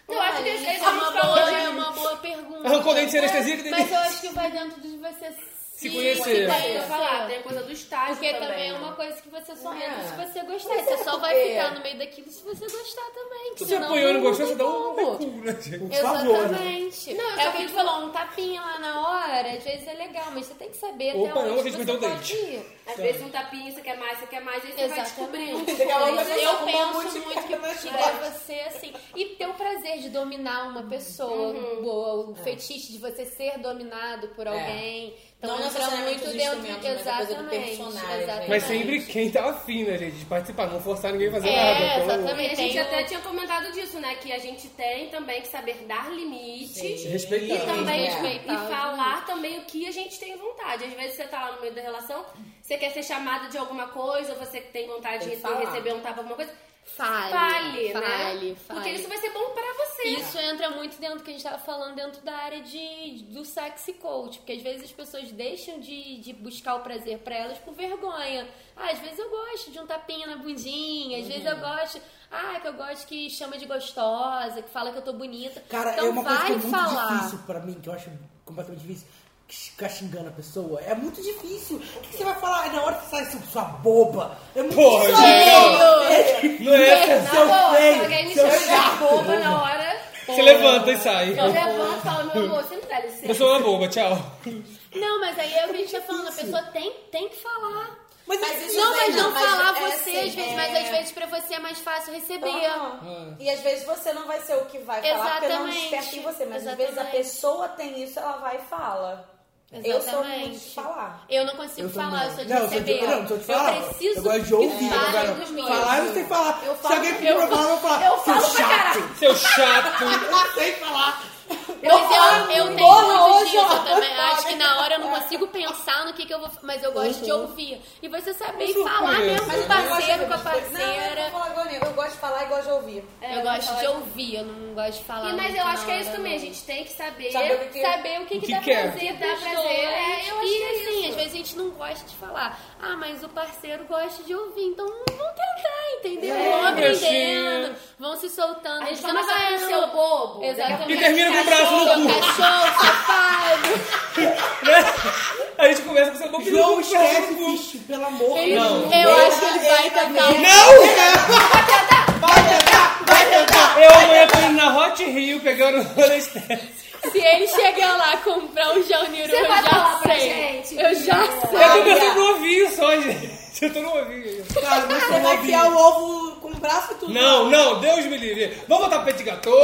Eu acho que às vezes
É
é
uma
uma,
boa-
boa, é uma boa pergunta.
Arrancou dente um de anestesia, que tem-
Mas eu acho que vai dentro de você tá se,
conhecer.
conhecer.
Eu ia falar, tem a coisa do estágio
Porque
também,
também, é
né?
uma coisa que você só
É.
entra se você gostar.
Mas
você
é
só vai
porque-
ficar no meio daquilo se você gostar também.
Se você
senão
apanhou e não gostou,
tem
você dá um
como.
recuo, né, gente? Por favor, né?
Exatamente.
Não, eu
é
só
o que a gente falou, um tapinha lá na hora, às vezes é legal, mas você tem que saber
Opa, é um
até onde
não, a gente
você
perdeu o
pode
dente.
ir.
Às vezes um tapinha, você quer mais, você quer mais, aí você vai
Exatamente.
descobrindo.
Daqui a pouco
Isso
você
eu
tá com
penso
um monte de
muito
coisa
que
pra
tiver
tirar você assim. E ter o prazer de dominar uma pessoa
Uhum.
boa,
É.
o fetiche de você ser dominado por alguém. Então
Não
entra
necessariamente
muito
os
dentro
instrumentos, mas a coisa do
Exatamente.
personagem, né?
exatamente.
Mas sempre quem tá afim, né, gente, de participar, não forçar ninguém a fazer
É,
nada. pelo amor.
exatamente.
A gente
Tem o-
até tinha comentado disso, né? Que a gente tem também que saber dar limites.
Sim.
E
Respeitar.
também
Respeitar.
e falar também o que a gente tem vontade. Às vezes você tá lá no meio da relação, você quer ser chamada de alguma coisa, você tem vontade
Tem
de
que falar.
receber um tapa, alguma coisa.
Fale,
Fale, né?
fale, fale.
Porque isso vai ser bom pra você.
Isso entra muito dentro do que a gente tava falando dentro da área de, do sexy coach, porque às vezes as pessoas deixam de, de buscar o prazer pra elas por vergonha. Ah, às vezes eu gosto de um tapinha na bundinha, às vezes eu gosto, ah, que eu gosto que chama de gostosa, que fala que eu tô bonita.
Cara,
então
é uma
vai
coisa que é muito
falar.
difícil pra mim, que eu acho completamente difícil. Ficar xingando a pessoa. É muito difícil. O que que você vai falar? Na hora que sai sua, sua boba. É muito
Porra,
difícil.
gente, não. Não é essa.
Seu
Pô, se alguém
feio.
me
Seu
chama de
chato.
boba na hora.
Você levanta e sai.
Eu levanto e falo, meu amor, você não dá licença.
Eu sou uma boba, tchau.
tá Não, mas aí é o que a gente tá falando, a pessoa tem, tem que falar.
Mas isso
não,
não é
mas não
não, mas
falar
é
você,
assim,
às vezes,
é-
mas às vezes pra você é mais fácil receber.
Aham. E às vezes você não vai ser o que vai falar, porque não
Exatamente.
desperta em você. Mas às vezes a
Exatamente.
pessoa tem isso, ela vai e fala. Eu sou muito de
Exatamente.
falar.
Eu não consigo
Eu também
falar, eu
não.
sou de
Não, eu sou
receber.
de, não, eu sou de falar.
Eu preciso
gosto de ouvir.
que
agora.
falem dos meus.
falar, eu não sei falar.
Eu
Se
falo-
alguém pedir pra
eu-
falar, eu vou falar.
eu
seu
falo pra
chato.
Seu chato.
eu não sei falar.
Mas eu, eu tenho muito
hoje,
disso
ó.
também. Acho que na hora eu não consigo pensar no que, que eu vou. Mas eu gosto de ouvir. E você saber e falar mesmo com o Um parceiro, com a
Não, É, eu,
parceira.
vou falar agora, eu gosto de falar e gosto de ouvir.
Eu gosto de ouvir, eu não gosto de falar.
E, mas
muito
eu
na
acho que é isso
hora,
também, a
não.
gente tem que saber
Saber o que- saber o que, tá que, dá
é?
prazer, dá
Dá
prazer.
É, eu acho
e
que é
assim,
isso.
às vezes a gente não gosta de falar. Ah, mas o parceiro gosta de ouvir, então vão tentar, entendeu?
É,
vão
bichinho.
aprendendo, vão se soltando.
A gente
Você não
começa
vai
com
não.
seu bobo.
Exatamente.
E termina com o braço no
Cachorro,
cu.
Cachorro, seu pai.
A gente começa com essa boba.
João, esquece o bicho, pelo amor de
Ele-
Deus.
eu acho que ele vai tentar.
Eu amanhã tô indo na Hot Rio pegando o Anestésia.
um- Se ele chegar lá comprar um gel Niro,
Você
eu
vai
já
falar pra
sei.
gente?
Eu já sei.
Eu tô pensando no ovinho só, gente. Eu tô no ovinho.
Cara, você vai enfiar o ovo com o braço e tudo.
Não, não, Deus me livre. Vamos botar pet gatô.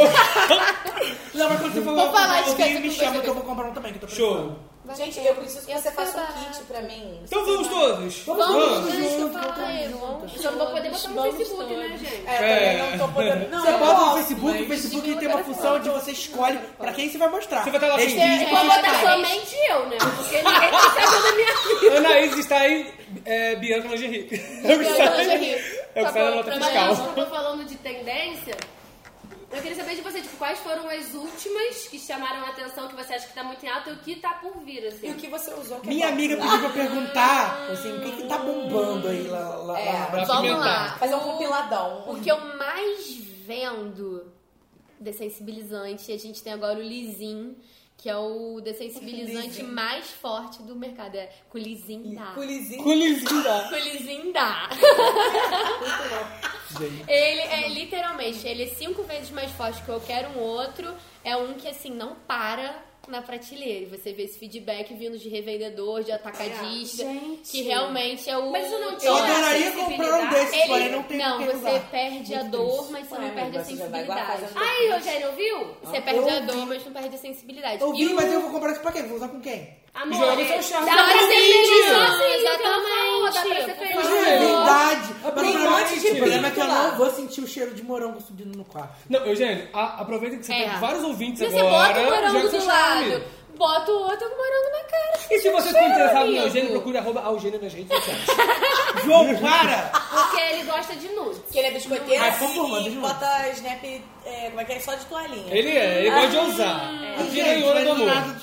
Não, mas quando você falou,
Vou falar de
alguém
coisa
me
com
chama
você.
que eu vou comprar um também, que eu tô
Show.
precisando.
Vale
Gente,
a pena.
eu preciso que
Eu
você
fui
faça um
barato.
kit pra mim.
Então vamos todos!
Vamos, vamos,
Vamos.
juntos,
falar,
vamos
é,
juntos.
vamos. Só não vou poder botar no
Vamos
Facebook,
todos.
né, gente?
É,
É.
também não tô podendo. Não,
você
eu
bota no
posso,
Facebook,
mas-
o Facebook tem uma função de você escolhe pra quem você vai mostrar. É, Você
vai estar lá
Eles
assim,
fingem
Eu
que
vou
você
botar
tá.
somente eu, né? Porque ninguém tá sabendo da minha
é-
vida.
Anaís está aí, é, Bianca Lingerie. É o que
Bianca
sai-
Lingerie.
É o
Tá
que sai da nota
Mas já que eu
fiscal.
tô falando de tendência, eu queria saber de você, tipo, quais foram as últimas que chamaram a atenção, que você acha que tá muito em alta e o que tá por vir, assim. E o
que é você usou
Minha
tá
amiga pediu pra perguntar, assim, o que que tá bombando aí lá, lá, lá
É,
pra
Vamos lá.
pimentar?
Fazer um compiladão.
O que eu mais vendo dessensibilizante, a gente tem agora o Lisin, que é o dessensibilizante
Lisin.
mais forte do mercado. É
Um
Culizinda.
Culizinda.
Culizinda.
Culizinda. Ele é literalmente, ele é cinco vezes mais forte que qualquer um outro. É um que assim não para na prateleira. E você vê esse feedback vindo de revendedor, de atacadista,
Gente.
que realmente é o.
Mas isso não
Eu adoraria comprar um desses,
Ele-
porém não tem
Não,
quem
você
usar.
perde a
Muito
dor,
triste.
mas você
Ué,
não perde a
mas você já vai guardar,
sensibilidade.
já não
Aí, Rogério, viu?
Você
Ah,
perde
eu
a dor,
vi.
mas não perde a sensibilidade.
Eu vi,
E o-
mas eu vou comprar isso pra quê? Vou usar com quem?
Amor,
Joga
é-
seu charme
um
dá pra
no
ser
vídeo.
feliz, assim,
Exatamente.
que ela falou, dá pra ser feliz.
É verdade.
Ah,
Mas o
Tem
problema-
um monte de
O problema é que eu
pinto lá.
não vou sentir o cheiro de morango subindo no quarto.
Não, Eugênio, a- aproveita que você
É.
tem vários ouvintes
Se você
agora.
bota o
joga
morango
seu
do
charme.
lado, bota o outro morango na cara.
E se você
Cheira,
for interessado no
amigo.
Eugênio, procura arroba Eugênio tá nas redes sociais.
João, para!
Porque ele gosta de nudes.
Porque ele é biscoiteiro
Ai, por favor,
e
deixa eu
bota snap, é, como é que é? Só de toalhinha.
Ele é, ele
Ah.
gosta de ousar. A piranhona do amor.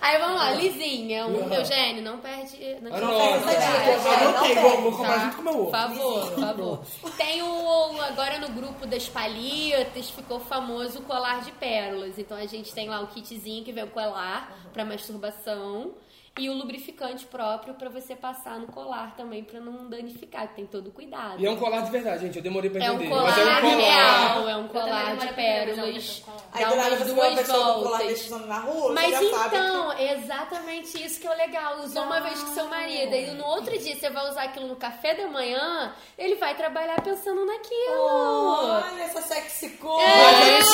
Aí vamos lá, Lizinha, o Eugênio, não perde. Não
Ah,
não,
não, não, não, não, não, não, não, vou- vou
Tá.
comprar junto com meu ovo.
Por favor, por favor. Tem o. Agora no grupo das palhetas ficou famoso o colar de pérolas. Então a gente tem lá o kitzinho que vem o colar pra masturbação. E o lubrificante próprio pra você passar no colar também, pra não danificar, que tem todo o cuidado.
E é um colar de verdade, gente. Eu demorei pra
É um
entender.
colar,
mas é um colar.
real, é um
Eu também
colar de
demorei pra entender,
pérolas.
Aí
Dá
do nada
umas
você vê uma
duas
pessoa com colar
voltas.
deixando na rua,
Mas
você já
então,
sabe
é exatamente isso que é o legal. Usou uma vez com seu marido, e no outro dia você vai usar aquilo no café da manhã, ele vai trabalhar pensando naquilo.
Olha essa sexy cor!
É.
Gente,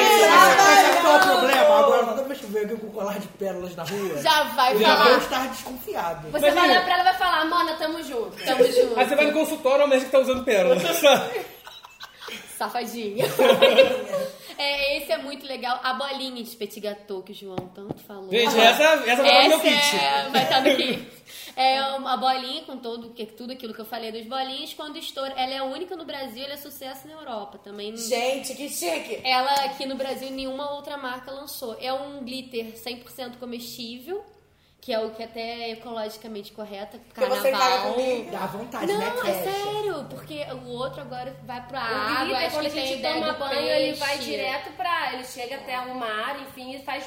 Sabe qual é o
Não.
problema? Agora, toda vez que eu ver alguém com colar de pérolas na rua,
Já vai
eu já
falar.
vou estar desconfiado.
Você vai olhar pra ela e vai falar, Mona, tamo junto, tamo junto.
Aí você vai no consultório, ao mesmo que tá usando pérola.
Safadinha. é, esse é muito legal. A bolinha de petit gâteau que o João tanto falou.
Gente, essa- essa vai tá no meu kit.
é- vai estar no kit. É uma bolinha com todo, que- tudo aquilo que eu falei dos bolinhas. Quando estoura, ela é única no Brasil, ela é sucesso na Europa também.
Gente, que chique!
Ela aqui no Brasil nenhuma outra marca lançou. É um glitter 100% comestível, que é o que até é ecologicamente correto,
Porque você
carnaval.
paga comigo. Dá vontade, né,
Não, é
Kézia?
sério, porque o outro agora vai pra
O
água,
glitter,
Ah, acho
quando
que
a
tem
gente
ideia
toma
do
banho, ele vai
peixe.
direto pra... Ele chega até o mar, enfim, e faz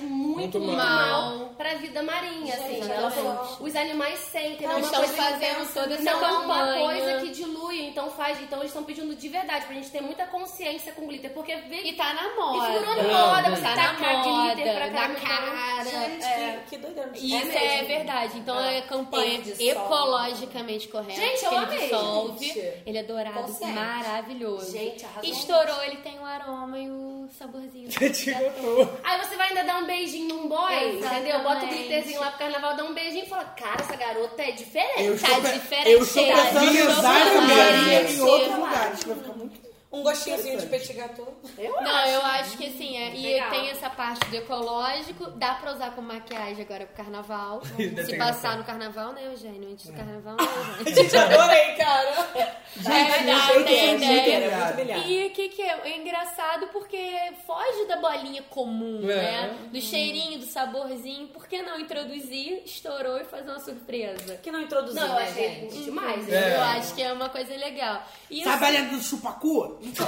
Muito
muito, muito
mal.
mal. pra vida marinha, assim.
Gente,
ela-
exatamente.
os animais sentem,
Eles
não é uma
estão
coisa que
fazendo
pensa,
toda essa
Não é uma
campanha.
coisa que dilui, então faz... Então eles estão pedindo de verdade, pra gente ter muita consciência com glitter, porque... Vê,
E tá na moda.
E figurou
Não,
moda,
não.
você
Tá na
tacar glitter
moda,
pra
na
caramba. então
cara.
Gente,
é.
que, que doideira.
Isso é, verdade. Então é, campanha
Ele dissolve.
ecologicamente correta.
Gente, eu
que ele
amei,
dissolve.
gente.
Ele é dourado,
Consciente.
maravilhoso.
Gente, arrasou.
Estourou, ele tem o aroma e o saborzinho. Tá
Aí você vai ainda dar um beijinho num boy, entendeu?
É,
Bota o
Exatamente.
glitterzinho lá pro carnaval, dá um beijinho e fala: Cara, essa garota é diferente.
Eu
tá
estou pe-
diferente.
eu estou
tá
pensando em
diferente.
usar essa
Tá
bolinha em
Sim.
outros lugares. Vai ficar muito...
Um gostinhozinho de petit gâteau.
Eu
Não, eu acho que assim, é- e
Legal.
tem essa parte do ecológico, dá pra usar como maquiagem agora pro carnaval.
Ainda
Se
tem
passar
essa.
no carnaval, né, Eugênio? Antes
É.
do carnaval, né, Eugênio?
Gente, adorei, cara.
É verdade,
eu tô
tem
muito
ideia.
humilhada, muito humilhada.
E o que, que é? é engraçado porque foge da bolinha comum,
É.
né? Do cheirinho, do saborzinho. Por que não introduzir, estourou e fazer uma surpresa?
Que não introduziu,
Não, eu
né,
achei
gente?
demais.
É.
né? Eu acho que é uma coisa legal. E
Sabe a
assim-
lenda do chupacu? Então.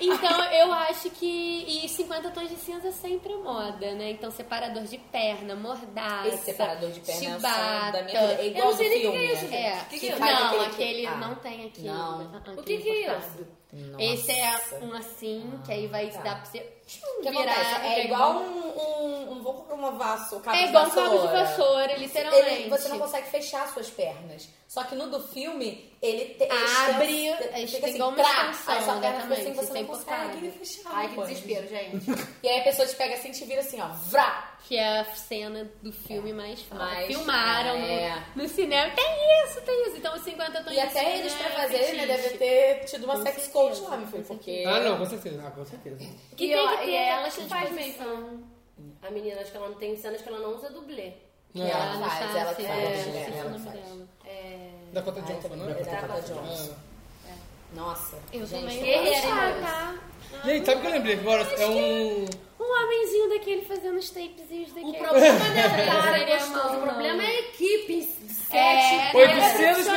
Então eu Eu acho que. E 50 tons de cinza é sempre moda, né? Então, separador de perna, mordaça.
Esse separador de perna é um
chibata.
sonho da minha vida. É igual
Eu não sei
do
nem o que
filme,
é isso,
né?
gente.
O que que é? Faz
Não,
aquele-
aquele
Ah.
não tem aqui.
Não.
Ah,
O que que é
importado.
isso? Nossa. Ah.
Esse é um assim, que aí vai dar pra você tipo,
O que
virar.
acontece? É
pegar
igual um, um, um, vou comprar uma vassoura, cabo
É
de
igual um
vassoura.
cabo de vassoura, literalmente.
Ele- você não consegue fechar suas pernas. Só que no do filme, ele te,
Abre,
ele
fica igual uma extensão,
aí sua perna fica
exatamente,
assim, você não
isso é
consegue
importante.
fechar.
Ai, que
pô.
desespero,
gente. e aí a pessoa te pega assim e te vira assim, ó, vrá.
Que é a cena do filme mais famosa.
É. Mais-
Filmaram no-
é.
no, cinema. Tem isso, tem isso. Então, os 50 tons é
E até eles pra fazer, né, deve ter tido uma sex coach lá, meu filho, porque...
Ah, não, com certeza. Ah, com certeza.
Que
Uhum. E é
tem
ela-
que ter um
e ela
ela
que
que
faz
faz mesmo. A menina, acho que ela não tem cenas que ela não usa dublê.
Que É. ela
não
faz, ela que
é,
faz,
não sei
é,
o
ela
nome
faz.
dela. É...
Dakota
Ai,
Johnson, não é?
também, Dakota Johnson.
Ah.
Nossa.
Eu
gente,
também
guerreira, hein,
Ah,
Lois?
tá.
Gente, sabe o que eu lembrei agora? É um.
Um homenzinho daquele fazendo os tapezinhos daquele.
O problema não é o cara gostoso, o problema é a equipe. Sete,
É,
800
é
pessoas.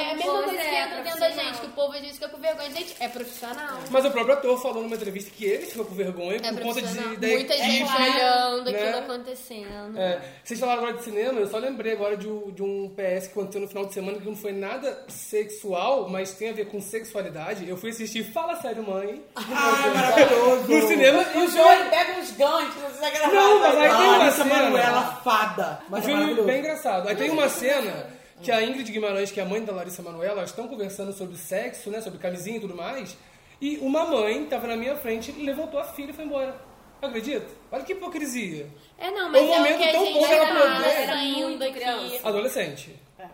É a mesma coisa que
É,
entra dentro da gente, que o povo às vezes fica com vergonha. Gente, é profissional.
Mas o próprio ator falou numa entrevista que ele ficou com vergonha
É
por conta de,
profissional.
da
Muita
equipe,
gente olhando
né?
aquilo acontecendo.
É, vocês falaram agora de cinema, eu só lembrei agora de, um- de um PS que aconteceu no final de semana que não foi nada sexual, mas tem a ver com sexualidade. Eu fui assistir Fala Sério Mãe. Ah,
é maravilhoso.
No cinema e
O Joey pega uns ganchos, não sei gravar.
Não, mas aí tem uma
Larissa
cena.
Manoela fada.
Mas
Mas
o
é
filme é
maravilhoso.
bem engraçado. Aí tem uma cena que a Ingrid Guimarães, que é a mãe da Larissa Manoela, elas estão conversando sobre sexo, né? Sobre camisinha e tudo mais. E uma mãe tava na minha frente, levantou a filha e foi embora. Acredita? Olha que hipocrisia.
É, não,
Um
mas é o
momento
que a
tão
gente
bom que ela
tá
provou.
saindo aqui.
Adolescente.
É.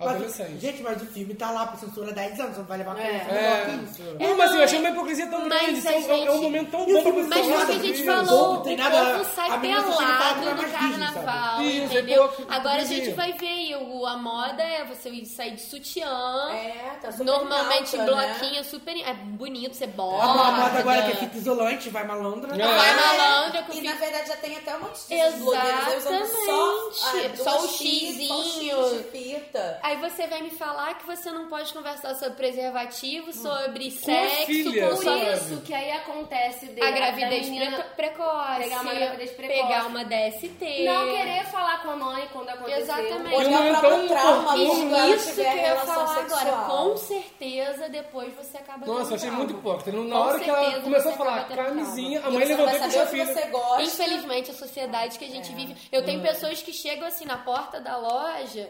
Mas-
Adolescente.
gente, mas o filme tá lá pra censura 10 anos, você não vai levar pra
É.
É.
isso.
Não, mas eu achei uma hipocrisia tão
Mas
grande.
a
são- é um- É um
gente-
momento tão
Isso,
bom pra
mas
pessoa
é o que a
falar
gente
sobre
falou,
isso.
o povo sai pelado no carnaval,
Isso, é
entendeu?
pouco,
Agora a
inclusive.
gente vai ver aí, o- a moda é você sair de sutiã,
É, tá
Então,
super
normalmente
em alta,
bloquinho, super é bonito, você
A
borda.
moda agora que é fita isolante, vai malandra.
é.
Vai malandra com
É. E
fita-
na verdade já tem até um monte de blogueiras aí usando só, ah,
Exatamente.
duas
Só o
X, só o X
xizinho.
de fita.
Aí você vai me falar que você não pode conversar sobre preservativo, sobre
Com
sexo,
filha,
com
Por
sua-
isso que aí acontece de,
a gravidez
da menina
preco- precoce,
pegar uma gravidez precoce.
pegar uma DST.
Não querer falar com a mãe quando aconteceu.
Exatamente.
Olhar
um
o
momento
próprio
tão
trauma
oportuno,
quando
né?
ela
Isso É. que eu
tiver
ia
relação
falar agora.
sexual.
Com certeza, depois você acaba
Nossa,
tendo
eu achei
trauma.
muito hipócrita. Na
Com
hora que ela
certeza
começou a
você
falar
acaba tendo
camisinha, a
trauma.
mãe
você não vai
levantou e puxou
saber
a
o que
filha.
você gosta.
Infelizmente, a sociedade que a gente vive. Eu
Uhum.
tenho pessoas que chegam assim na porta da loja,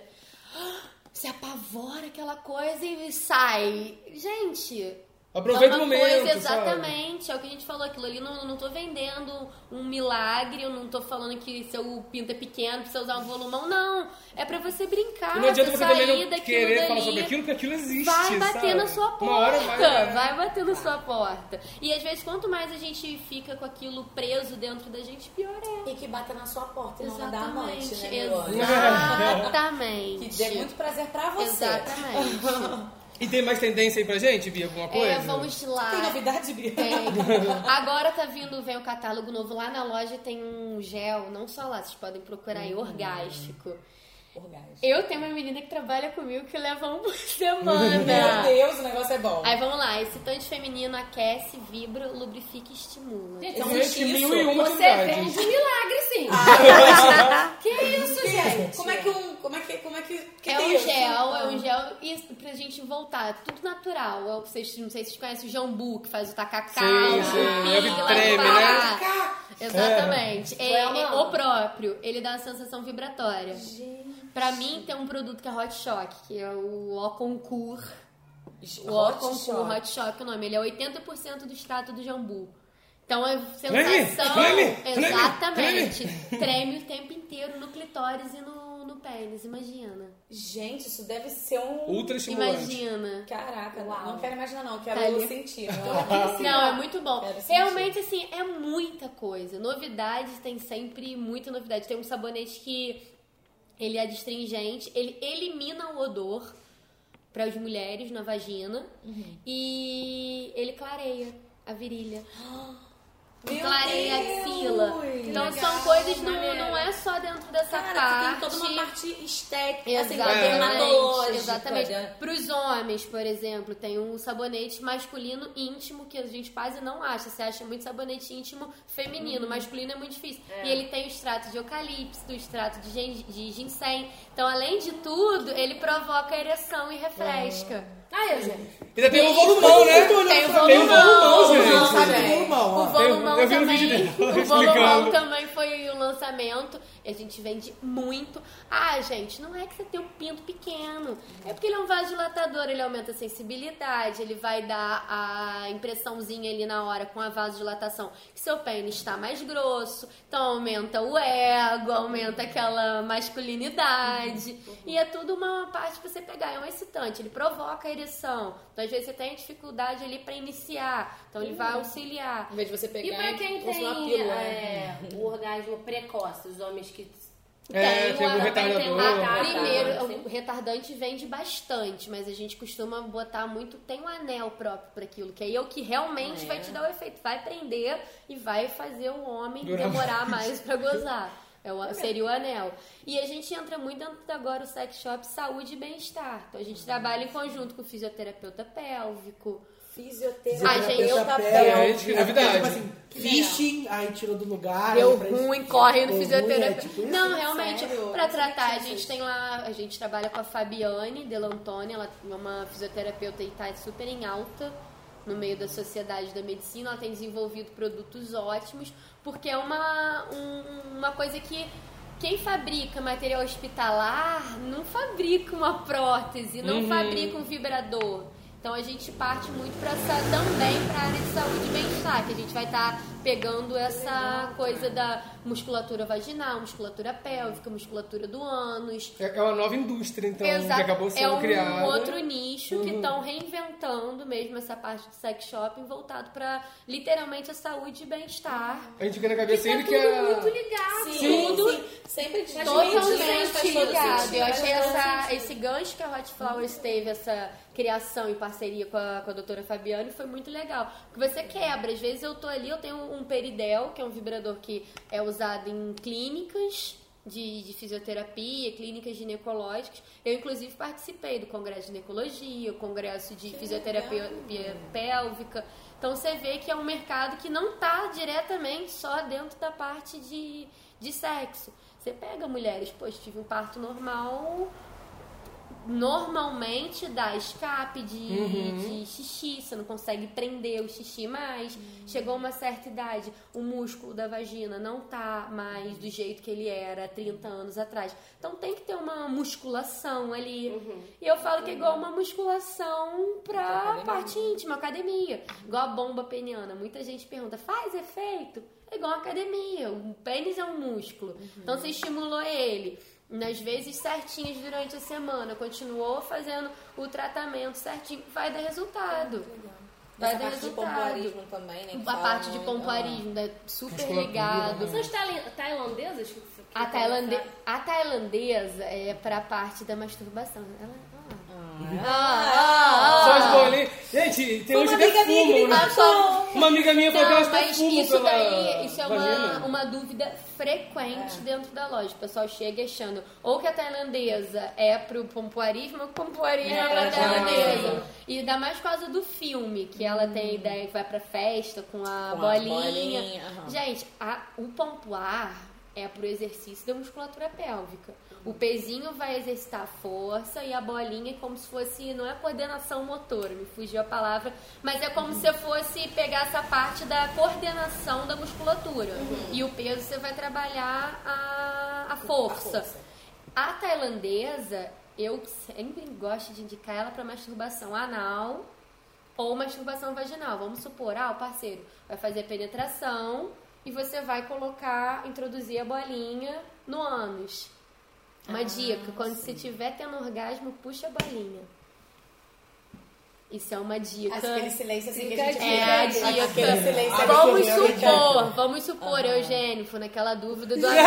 se apavora aquela coisa e sai. Gente.
Aproveita
é
o
uma
momento,
Coisa,
sabe?
exatamente, é o que a gente falou. Aquilo ali não, não tô vendendo um milagre, eu não tô falando que seu pinto é pequeno, precisa usar um volumão, não. É pra você brincar.
E não adianta você
sair
também não
daquilo
querer falar
dali.
sobre aquilo, porque aquilo existe.
Vai bater
sabe?
na sua porta.
Uma hora vai. é.
vai bater na sua porta. E às vezes, quanto mais a gente fica com aquilo preso dentro da gente, pior é.
E que bata na sua porta, e não na da amante,
Exatamente.
né?
Exatamente.
Que dê muito prazer pra você.
Exatamente.
E tem mais tendência aí pra gente, Bia? Alguma coisa?
É, vamos lá.
Tem novidade, Bia?
Tem. Agora tá vindo, vem o catálogo novo. Lá na loja tem um gel, não só lá, vocês podem procurar
Uhum.
aí, orgástico.
Orgasmo.
Eu tenho uma menina que trabalha comigo que leva um por semana.
Meu Deus, o negócio é bom.
Aí vamos lá, excitante feminino aquece, vibra, lubrifica e estimula.
Gente, é um
Existe
justiço.
Então, mil e uma
Você
atividades.
vende É, milagre,
Ah,
sim.
Que isso, gente? Como é que um. Como é que. Como é que, que
um é
tem
um
né?
isso?
gel, é
Ah.
um gel. E pra gente voltar, é tudo natural. É o que vocês, não sei se vocês conhecem o jambu, que faz o tacacá,
Sim,
o
sim,
zumbi,
é o que
lá
treme,
no
né?
Pará. Exatamente. É,
Ué,
é
mano.
o próprio, ele dá a sensação vibratória. Pra mim, tem um produto que é Hot Shock, que é o O Concur. O O
Hot
Concur,
Shock.
Hot Shock é o nome. Ele é 80% do extrato do jambu. Então é
Treme,
sensação.
treme, treme,
Exatamente. Treme o tempo inteiro no clitóris e no, no pênis, imagina.
Gente, isso deve ser um.
Ultra estimulante.
Imagina.
Caraca,
Uau.
não quero imaginar, não. Quero
Tá ali.
sentir.
né? Assim,
Não, é muito bom.
Quero sentir.
Realmente, assim, é muita coisa. Novidades, tem sempre muita novidade. Tem um sabonete que ele é adstringente, ele elimina o odor para as mulheres na vagina
Uhum.
e ele clareia a virilha.
Meu
clareia a
Deus!
axila. Então são coisas, não, não é só dentro dessa
Cara,
parte.
você tem toda uma parte estética,
Assim,
É.
Exatamente,
assim,
exatamente.
né?
Para os homens, por exemplo, tem um sabonete masculino íntimo que a gente quase não acha. Você acha muito sabonete íntimo feminino,
Uhum.
masculino é muito difícil.
É.
E ele tem o extrato de eucalipto, o extrato de, gen- de ginseng. Então, além de tudo, ele provoca ereção e refresca.
Ah, eu, gente.
Ainda tem o volumão, né?
Tem um o
Tem o
volumão,
volumão, gente.
volumão,
Sabe
gente.
do volumão, ó.
O volumão
Eu- eu vi no vídeo
também.
dela
O
explicando.
volumão também foi o lançamento. E a gente vende muito. Ah, gente, não é que você tem um pinto pequeno. É porque ele é um vasodilatador, ele aumenta a sensibilidade, ele vai dar a impressãozinha ali na hora com a vasodilatação que seu pênis está mais grosso. Então aumenta o ego, aumenta aquela masculinidade. E é tudo uma parte pra você pegar. É um excitante, ele provoca a ereção. Então às vezes você tem dificuldade ali pra iniciar. Então ele vai auxiliar.
Em vez de você pegar
e pra
e
quem
consumar
tem,
pílula,
é,
né? o orgasmo precoce, os homens que.
É, tem o
a-
retardador.
a-
Ah, tá.
Primeiro, o retardante vende bastante, mas a gente costuma botar muito. Tem um anel próprio pra aquilo, que aí é o que realmente
É.
Ah,
vai te dar o efeito. Vai prender e vai fazer o homem
Durar
demorar
mais.
mais pra gozar. É o- seria o anel. E a gente entra muito dentro da agora o sex shop saúde e bem-estar. Então a
Hum.
gente trabalha em conjunto com o fisioterapeuta pélvico.
Fisioterapeuta
Fisioterapeuta.
pélvico.
gente, novidade.
Tipo assim, Fisting, aí tira do lugar.
Deu
aí pra-
ruim, corre no
Deu ruim,
fisioterapeuta.
é tipo isso?
não, realmente,
Sério?
pra
Não sei
tratar, a gente tem lá, a gente trabalha com a Fabiane Delantoni, ela é uma fisioterapeuta e tá super em alta no meio da sociedade da medicina, ela tem desenvolvido produtos ótimos, porque é uma, um- uma coisa que quem fabrica material hospitalar não fabrica uma prótese, não
Uhum.
fabrica um vibrador. Então a gente parte muito para também para a área de saúde e bem-estar, que a gente vai estar pegando essa coisa da musculatura vaginal, musculatura pélvica, musculatura do ânus.
É é uma nova indústria, então, que
Exato.
acabou
é
sendo
um
criada.
outro nicho que
Uhum.
estão reinventando mesmo essa parte de sex shopping voltado para literalmente a saúde e bem-estar.
A gente fica na cabeça
tá
sempre que
tudo
é...
muito ligado,
Sim,
tudo
sim.
Sempre
Mas
Faz todo
Totalmente
sentido,
ligado. Eu é
faz
achei
todo
essa-
sentido.
esse gancho que a Hot Flowers teve, essa criação em parceria com a, com a doutora Fabiane, foi muito legal. Porque você quebra. Às vezes eu tô ali, eu tenho um peridel, que é um vibrador que é usado em clínicas. De, de fisioterapia, clínicas ginecológicas. Eu, inclusive, participei do Congresso de Ginecologia, o Congresso de Fisioterapia Pélvica. Então, você vê que é um mercado que não está diretamente só dentro da parte de, de sexo. Você pega mulheres, poxa, tive um parto normal, normalmente dá escape de,
Uhum.
de xixi, você não consegue prender o xixi mais. Chegou uma certa idade, o músculo da vagina não tá mais do jeito que ele era há 30 anos atrás. Então tem que ter uma musculação ali. E eu falo que é igual uma musculação pra parte íntima, academia. Igual a bomba peniana. Muita gente pergunta, faz efeito? É igual a academia. O pênis é um músculo. Então você estimulou ele nas vezes certinhas durante a semana, continuou fazendo o tratamento certinho, vai dar resultado. Vai dar
Essa parte de
resultado.
pompoarismo também, né? que
A
fala
parte de
muito.
então.
pompoarismo, né? super
Musculatura,
ligado.
né? São
as tailandesas?
A,
tá
tailande... a tailandesa é pra parte da masturbação. né? Ela... é, Ah, ah,
Só
ah.
as bolinhas. Gente, tem
Foi
uns
uma
que até
amiga minha que me
fumam, né?
passou.
Uma amiga minha falou que
Não,
elas até
mas
fumam
isso
pela
daí, isso é uma,
vagina.
uma dúvida frequente dentro da loja. O pessoal chega achando ou que a tailandesa é pro pompoarismo ou que o pompoarismo
É
é
pra
pra tailandesa.
é.
tailandesa.
E ainda mais por causa do filme, que ela tem a ideia que vai pra festa com a
Com a
bolinha.
bolinha, aham.
Gente, a- o pompoar é pro exercício da musculatura pélvica. O pezinho vai exercitar a força e a bolinha é como se fosse, não é coordenação motora, me fugiu a palavra, mas é como se fosse pegar essa parte da coordenação da musculatura.
Uhum.
E o peso você vai trabalhar a, a força. A tailandesa, eu sempre gosto de indicar ela para masturbação anal ou masturbação vaginal. Vamos supor, ah, o parceiro vai fazer a penetração e você vai colocar, introduzir a bolinha no ânus. Uma
Ah,
dica, quando você estiver tendo orgasmo, puxa a bolinha. Isso é uma dica.
Acho que aquele silêncio assim que a gente
É a
fica,
dica.
aquele silêncio ali
vamos
né?
que realmente é.
supor, vamos supor, Eugênio, foi naquela dúvida do
Claro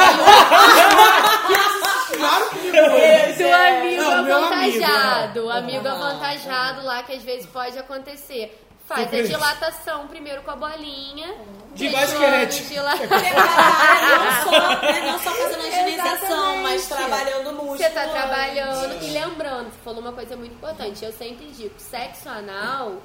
amigo.
que foi.
Do amigo
Não, meu amigo,
avantajado.
é.
O amigo
Ah,
avantajado lá que às vezes pode acontecer. Faz a dilatação primeiro com a bolinha.
De
deixa
basquete.
o dilata-
Não só, né,
não só fazendo a higienização, mas
Exatamente.
trabalhando o músculo
Você tá trabalhando.
antes.
E lembrando, você falou uma coisa muito importante. Eu sempre digo, sexo anal,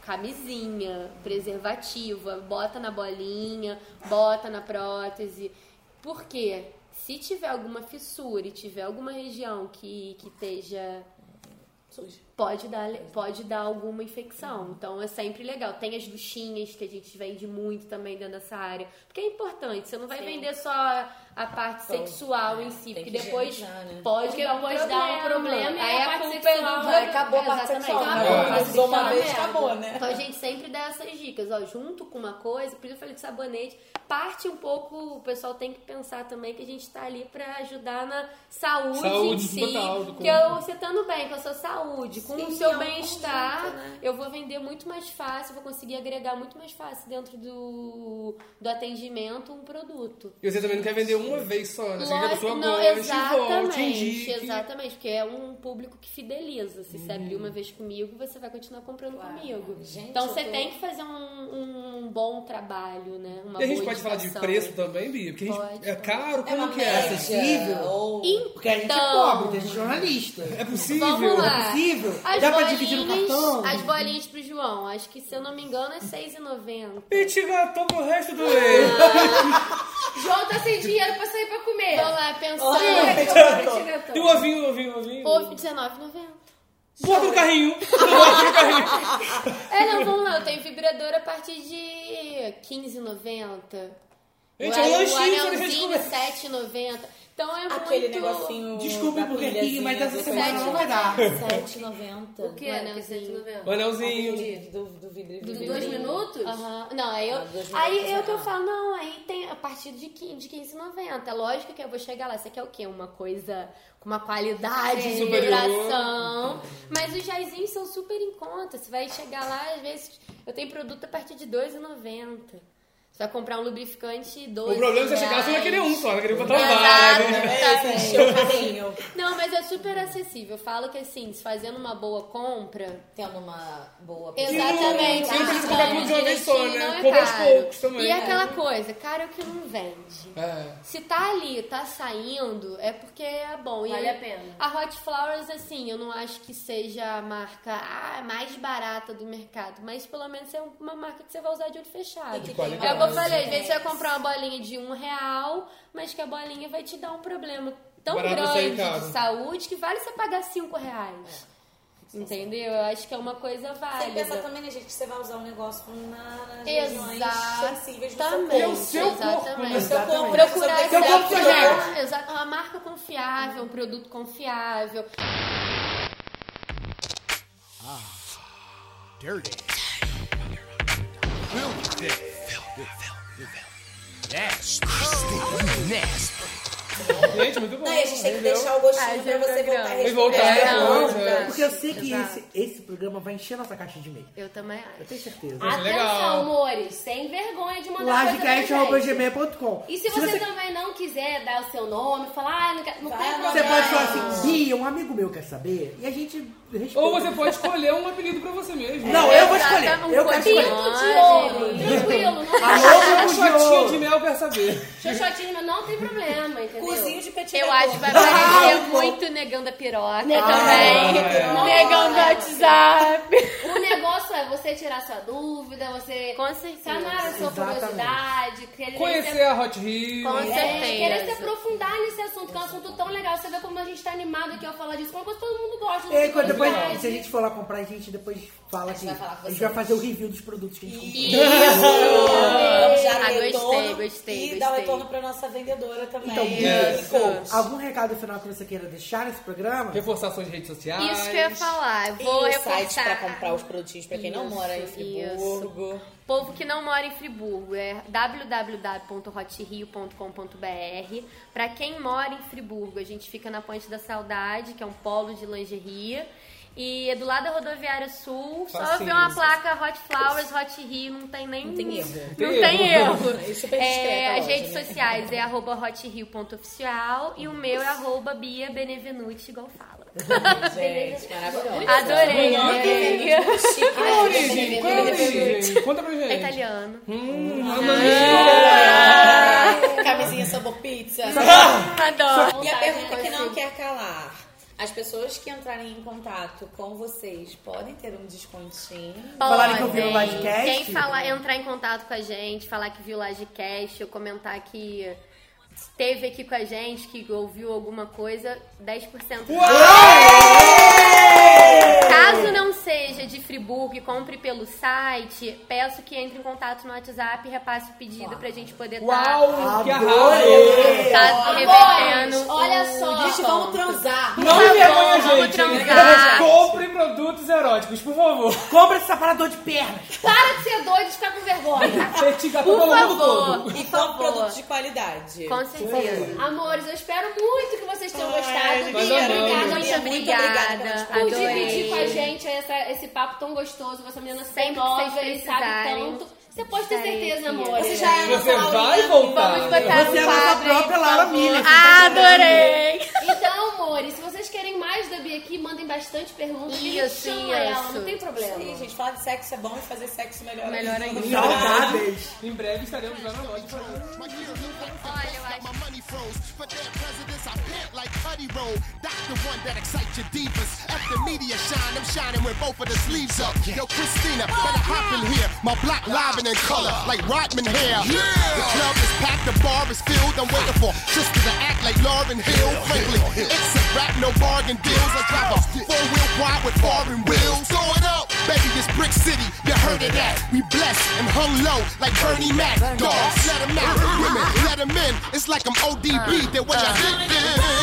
camisinha, preservativa, bota na bolinha, bota na prótese. Por quê? Se tiver alguma fissura e tiver alguma região que, que esteja Pode dar, pode dar alguma infecção. Então é sempre legal. Tem as duchinhas que a gente vende muito também dentro dessa área. Porque é importante, você não vai vender só a parte
Então,
sexual em si, porque
que
depois
higienizar, né?
pode
Porque
dar um
depois
problema.
dá um problema e
Aí
a
a
parte
culpa é do
sexual-
vai-
Acabou a parte
Exatamente,
sexual. né?
acabou,
Acabou,
mas
usou uma
isso é
vez,
merda.
acabou, né?
Então a gente sempre dá essas dicas, ó, junto com uma coisa, por isso eu falei que sabonete parte um pouco, o pessoal tem que pensar também que a gente tá ali pra ajudar na saúde,
Saúde
em si.
mental do
que é
corpo.
eu você estando bem com a sua saúde, com
Sim,
o
é
seu
um
bem-estar,
conjunto, né?
eu vou vender muito mais fácil, vou conseguir agregar muito mais fácil dentro do, do atendimento um produto.
E você também não quer vender uma vez só, né? Você quer que a pessoa
Lógico- não,
goste, volte,
exatamente,
indique.
exatamente, porque é um público que fideliza. Se você abrir uma vez comigo, você vai continuar comprando comigo. então
eu
você
tô-
tem que fazer um, um bom trabalho, né? Uma
E a gente
boa
pode falar de
indicação.
preço então? também, Bia? Porque a gente, é caro, como
uma
que é?
média,
Porque a gente é
Então-
pobre, tem gente jornalista. É
possível?
Vamos lá.
É possível?
As
Dá pra
bolinhas,
dividir no cartão?
As bolinhas pro João, acho que se eu não me engano é R$6,90.
Petit gâteau pro resto do mês.
João tá sem dinheiro pra sair pra comer. Vamos lá, pensando.
Olha, petit gâteau. E o ovinho, o ovinho, o ovinho?
Ovo R$19,90.
Bota no carrinho. Bota no carrinho.
É, não, vamos lá. Eu tenho vibrador a partir de 15,90.
Gente,
O
é um
anel-
lanchinho,
O
só que a gente
anelzinho, 7,90. Então é
Aquele
muito...
negocinho
Desculpe
da
por rir,
pilhazinha
mas essa
do
semana não vai dar.
7,90.
O que, anelzinho?
O anelzinho.
Do, do vidro.
Dos
vidro.
Aham. Não, aí eu.
Ah, dois
Aí
minutos
eu que eu
não.
falo, não, aí tem a partir de 15, de 15,90. É Lógico que eu vou chegar lá. Você quer o quê? Uma coisa com uma qualidade
Sim.
de
Superior.
vibração. Mas os jaizinhos são super em conta. Você vai chegar lá, às vezes, eu tenho produto a partir de 2,90. Você vai comprar um lubrificante 12
O problema é você chegar lá, você vai querer um só, vai querer botar
Exato,
É
vários.
exatamente.
Encher o carrinho.
Não, mas é super acessível. Eu falo que assim, se fazendo uma boa compra.
Tendo uma boa
Exatamente. Ah,
Não, não precisa comprar tudo de uma vez só, né?
Não é
Compra aos
caro.
poucos também.
E
É.
aquela coisa, cara, é o que não vende.
É.
Se tá ali, tá saindo, é porque é bom. E
Vale a pena.
A Hot Flowers, assim, eu não acho que seja a marca ah, mais barata do mercado, mas pelo menos é uma marca que você vai usar de olho fechado.
E que tem
é o que eu
mais
falei, às vezes você vai
ideias.
comprar uma bolinha de um real, mas que a bolinha vai te dar um problema tão
Barato sair
grande
caro.
de saúde que vale você pagar cinco reais. Entendeu? Eu acho que é uma coisa válida.
Tem que pensar também, né, gente, que você vai usar o negócio na,
é
nas regiões sensíveis do seu corpo. Né,
Exatamente. Exatamente.
O seu corpo, né?
Procurar
Você
essa-
vai ter que cuidar.
Exato. É Uma marca confiável, um produto confiável.
Dirty. Filthy. Nasty. Nasty.
É. Gente, muito bom.
Não, e a gente tem que deixar o gostinho pra você voltar a
Vai
responder.
voltar
É,
depois,
não,
é.
Porque eu sei que
Exato.
esse, esse programa vai encher nossa caixa de e-mail.
Eu também
Eu tenho
Ah,
certeza.
Atenção,
Legal.
amores, sem vergonha de mandar coisa pra gente.
Lagecast.gmail.com
E se você, também não quiser dar o seu nome, falar, ah, não quero, não quero
Você
mandar.
pode falar assim, Bia, um amigo meu quer saber, e a gente responde.
Ou você pode escolher um apelido pra você mesmo. É.
Não, eu vou escolher.
Um
eu quero escolher.
Tranquilo, não
Alô, Pinto de
Xoxinha
ouro.
de mel quer saber.
Xoxotinho, mas não tem problema, entendeu?
Cozinho de petit
Eu
gâteau.
acho que vai parecer
Ah,
muito negão da piroca
também.
também. Negão do WhatsApp.
O negócio é você tirar sua dúvida, você sanar a sua
Exatamente.
curiosidade. querer
Conhecer
ser-
a Hot Rio.
É, Querer se aprofundar nesse assunto, que é um assunto tão legal. Você vê como a gente tá animado aqui ao falar disso, como coisa que todo mundo gosta.
E aí, É,
É
quando depois,
curiosidade.
se a gente for lá comprar, a gente depois fala que
vai falar com
a gente
você.
vai fazer o review dos produtos que a gente comprou.
Vamos já
Ah, gostei,
retorno
gostei,
E dar o
gostei.
retorno pra nossa vendedora também.
Então,
E coach.
Bia, Então, algum recado final que você queira deixar nesse programa?
Reforçar suas redes sociais.
Isso que eu ia falar. Eu vou
e o
reforçar.
site pra comprar os produtinhos pra quem não
Isso,
mora em Friburgo.
Povo que não mora em Friburgo, é www.hotrio.com.br. Pra quem mora em Friburgo, a gente fica na Ponte da Saudade, que é um polo de lingerie. E é do lado da rodoviária sul, só
Facinho.
ver uma placa Hot Flowers, Hot Rio, não tem nem. Não
tem erro.
Não
Tem
tem
erro.
erro.
É super discreta
É,
a
as
loja,
redes
né?
sociais é arroba hotrio.oficial e o meu é arroba Bia Benevenuti, igual fala.
Gente, maravilhosa.
Adorei, né?
Não,
adorei.
é muito chique,
Qual
né?
a origem?
Qual é a origem? Conta pra gente.
É italiano.
Hum.
Ah, Camisinha sabor pizza.
é assim,
Adoro.
E a pergunta
Vontade, né,
que não
consigo.
quer calar. As pessoas que entrarem em contato com vocês podem ter um descontinho.
Falarem que eu vi
Podem.
no livecast?
Quem falar, entrar em contato com a gente, falar que viu o Livecast, ou comentar que esteve aqui com a gente, que ouviu alguma coisa, 10%. Caso não seja de Friburgo e compre pelo site, peço que entre em contato no WhatsApp e repasse o pedido pra gente poder tá
Uau,
estar
que arraso!
tá revertendo.
olha
o
só.
desconto.
Vamos transar.
Não
Por
envergonha a
favor, vamos
gente.
transar.
Compre produtos eróticos, por favor.
Compre esse separador de pernas.
Para de ser doido e ficar com vergonha.
Você tira
Por
todo mundo
favor.
todo.
E com produto de qualidade.
Com certeza.
Amores, eu espero muito que vocês tenham gostado.
nós
Bia,
amamos.
obrigada,
Muito
Bia,
tá?
obrigada.
por
Adorei.
dividir com a gente essa- esse papo tão gostoso. Você é uma menina
Sempre
sem
que
nova
vocês
e sabe
precisarem.
tanto. Você pode ter
Estarei
certeza,
aqui.
amor.
Você
já é a nossa Você vai Laurinha. voltar.
Vamos botar
um
Você
no
é a nossa
quadro, hein,
própria
por
Laura
favor.
Miller, você
tá Adorei.
Então, amores, se vocês querem mais da Bia aqui, mandem bastante perguntas. e
Isso,
chama ela, não
isso.
tem problema.
Sim, gente, falar de sexo é bom e fazer sexo melhor.
Melhor
ainda.
ainda.
Saudades.
Em breve estaremos lá na loja falando.
Olha, eu acho.
money froze. But their presidents I pant like Putty Roll. That's the one that excites your divas. At the media shine, I'm shining with both of the sleeves up. Yo, Christina, better hop in here. My black livin' in color, like Rodman hair. The club is packed, the bar is filled. I'm waiting for sisters to act like Lauren Hill. Frankly, it's a rap, no bargain deals. I drive a four-wheel wide with foreign wheels. Throw it up, baby, it's Brick City. You heard of that. We blessed and hung low like Bernie Mac. Dogs, let 'em out. Women, let 'em in. It's like I'm ODB. They're what you think.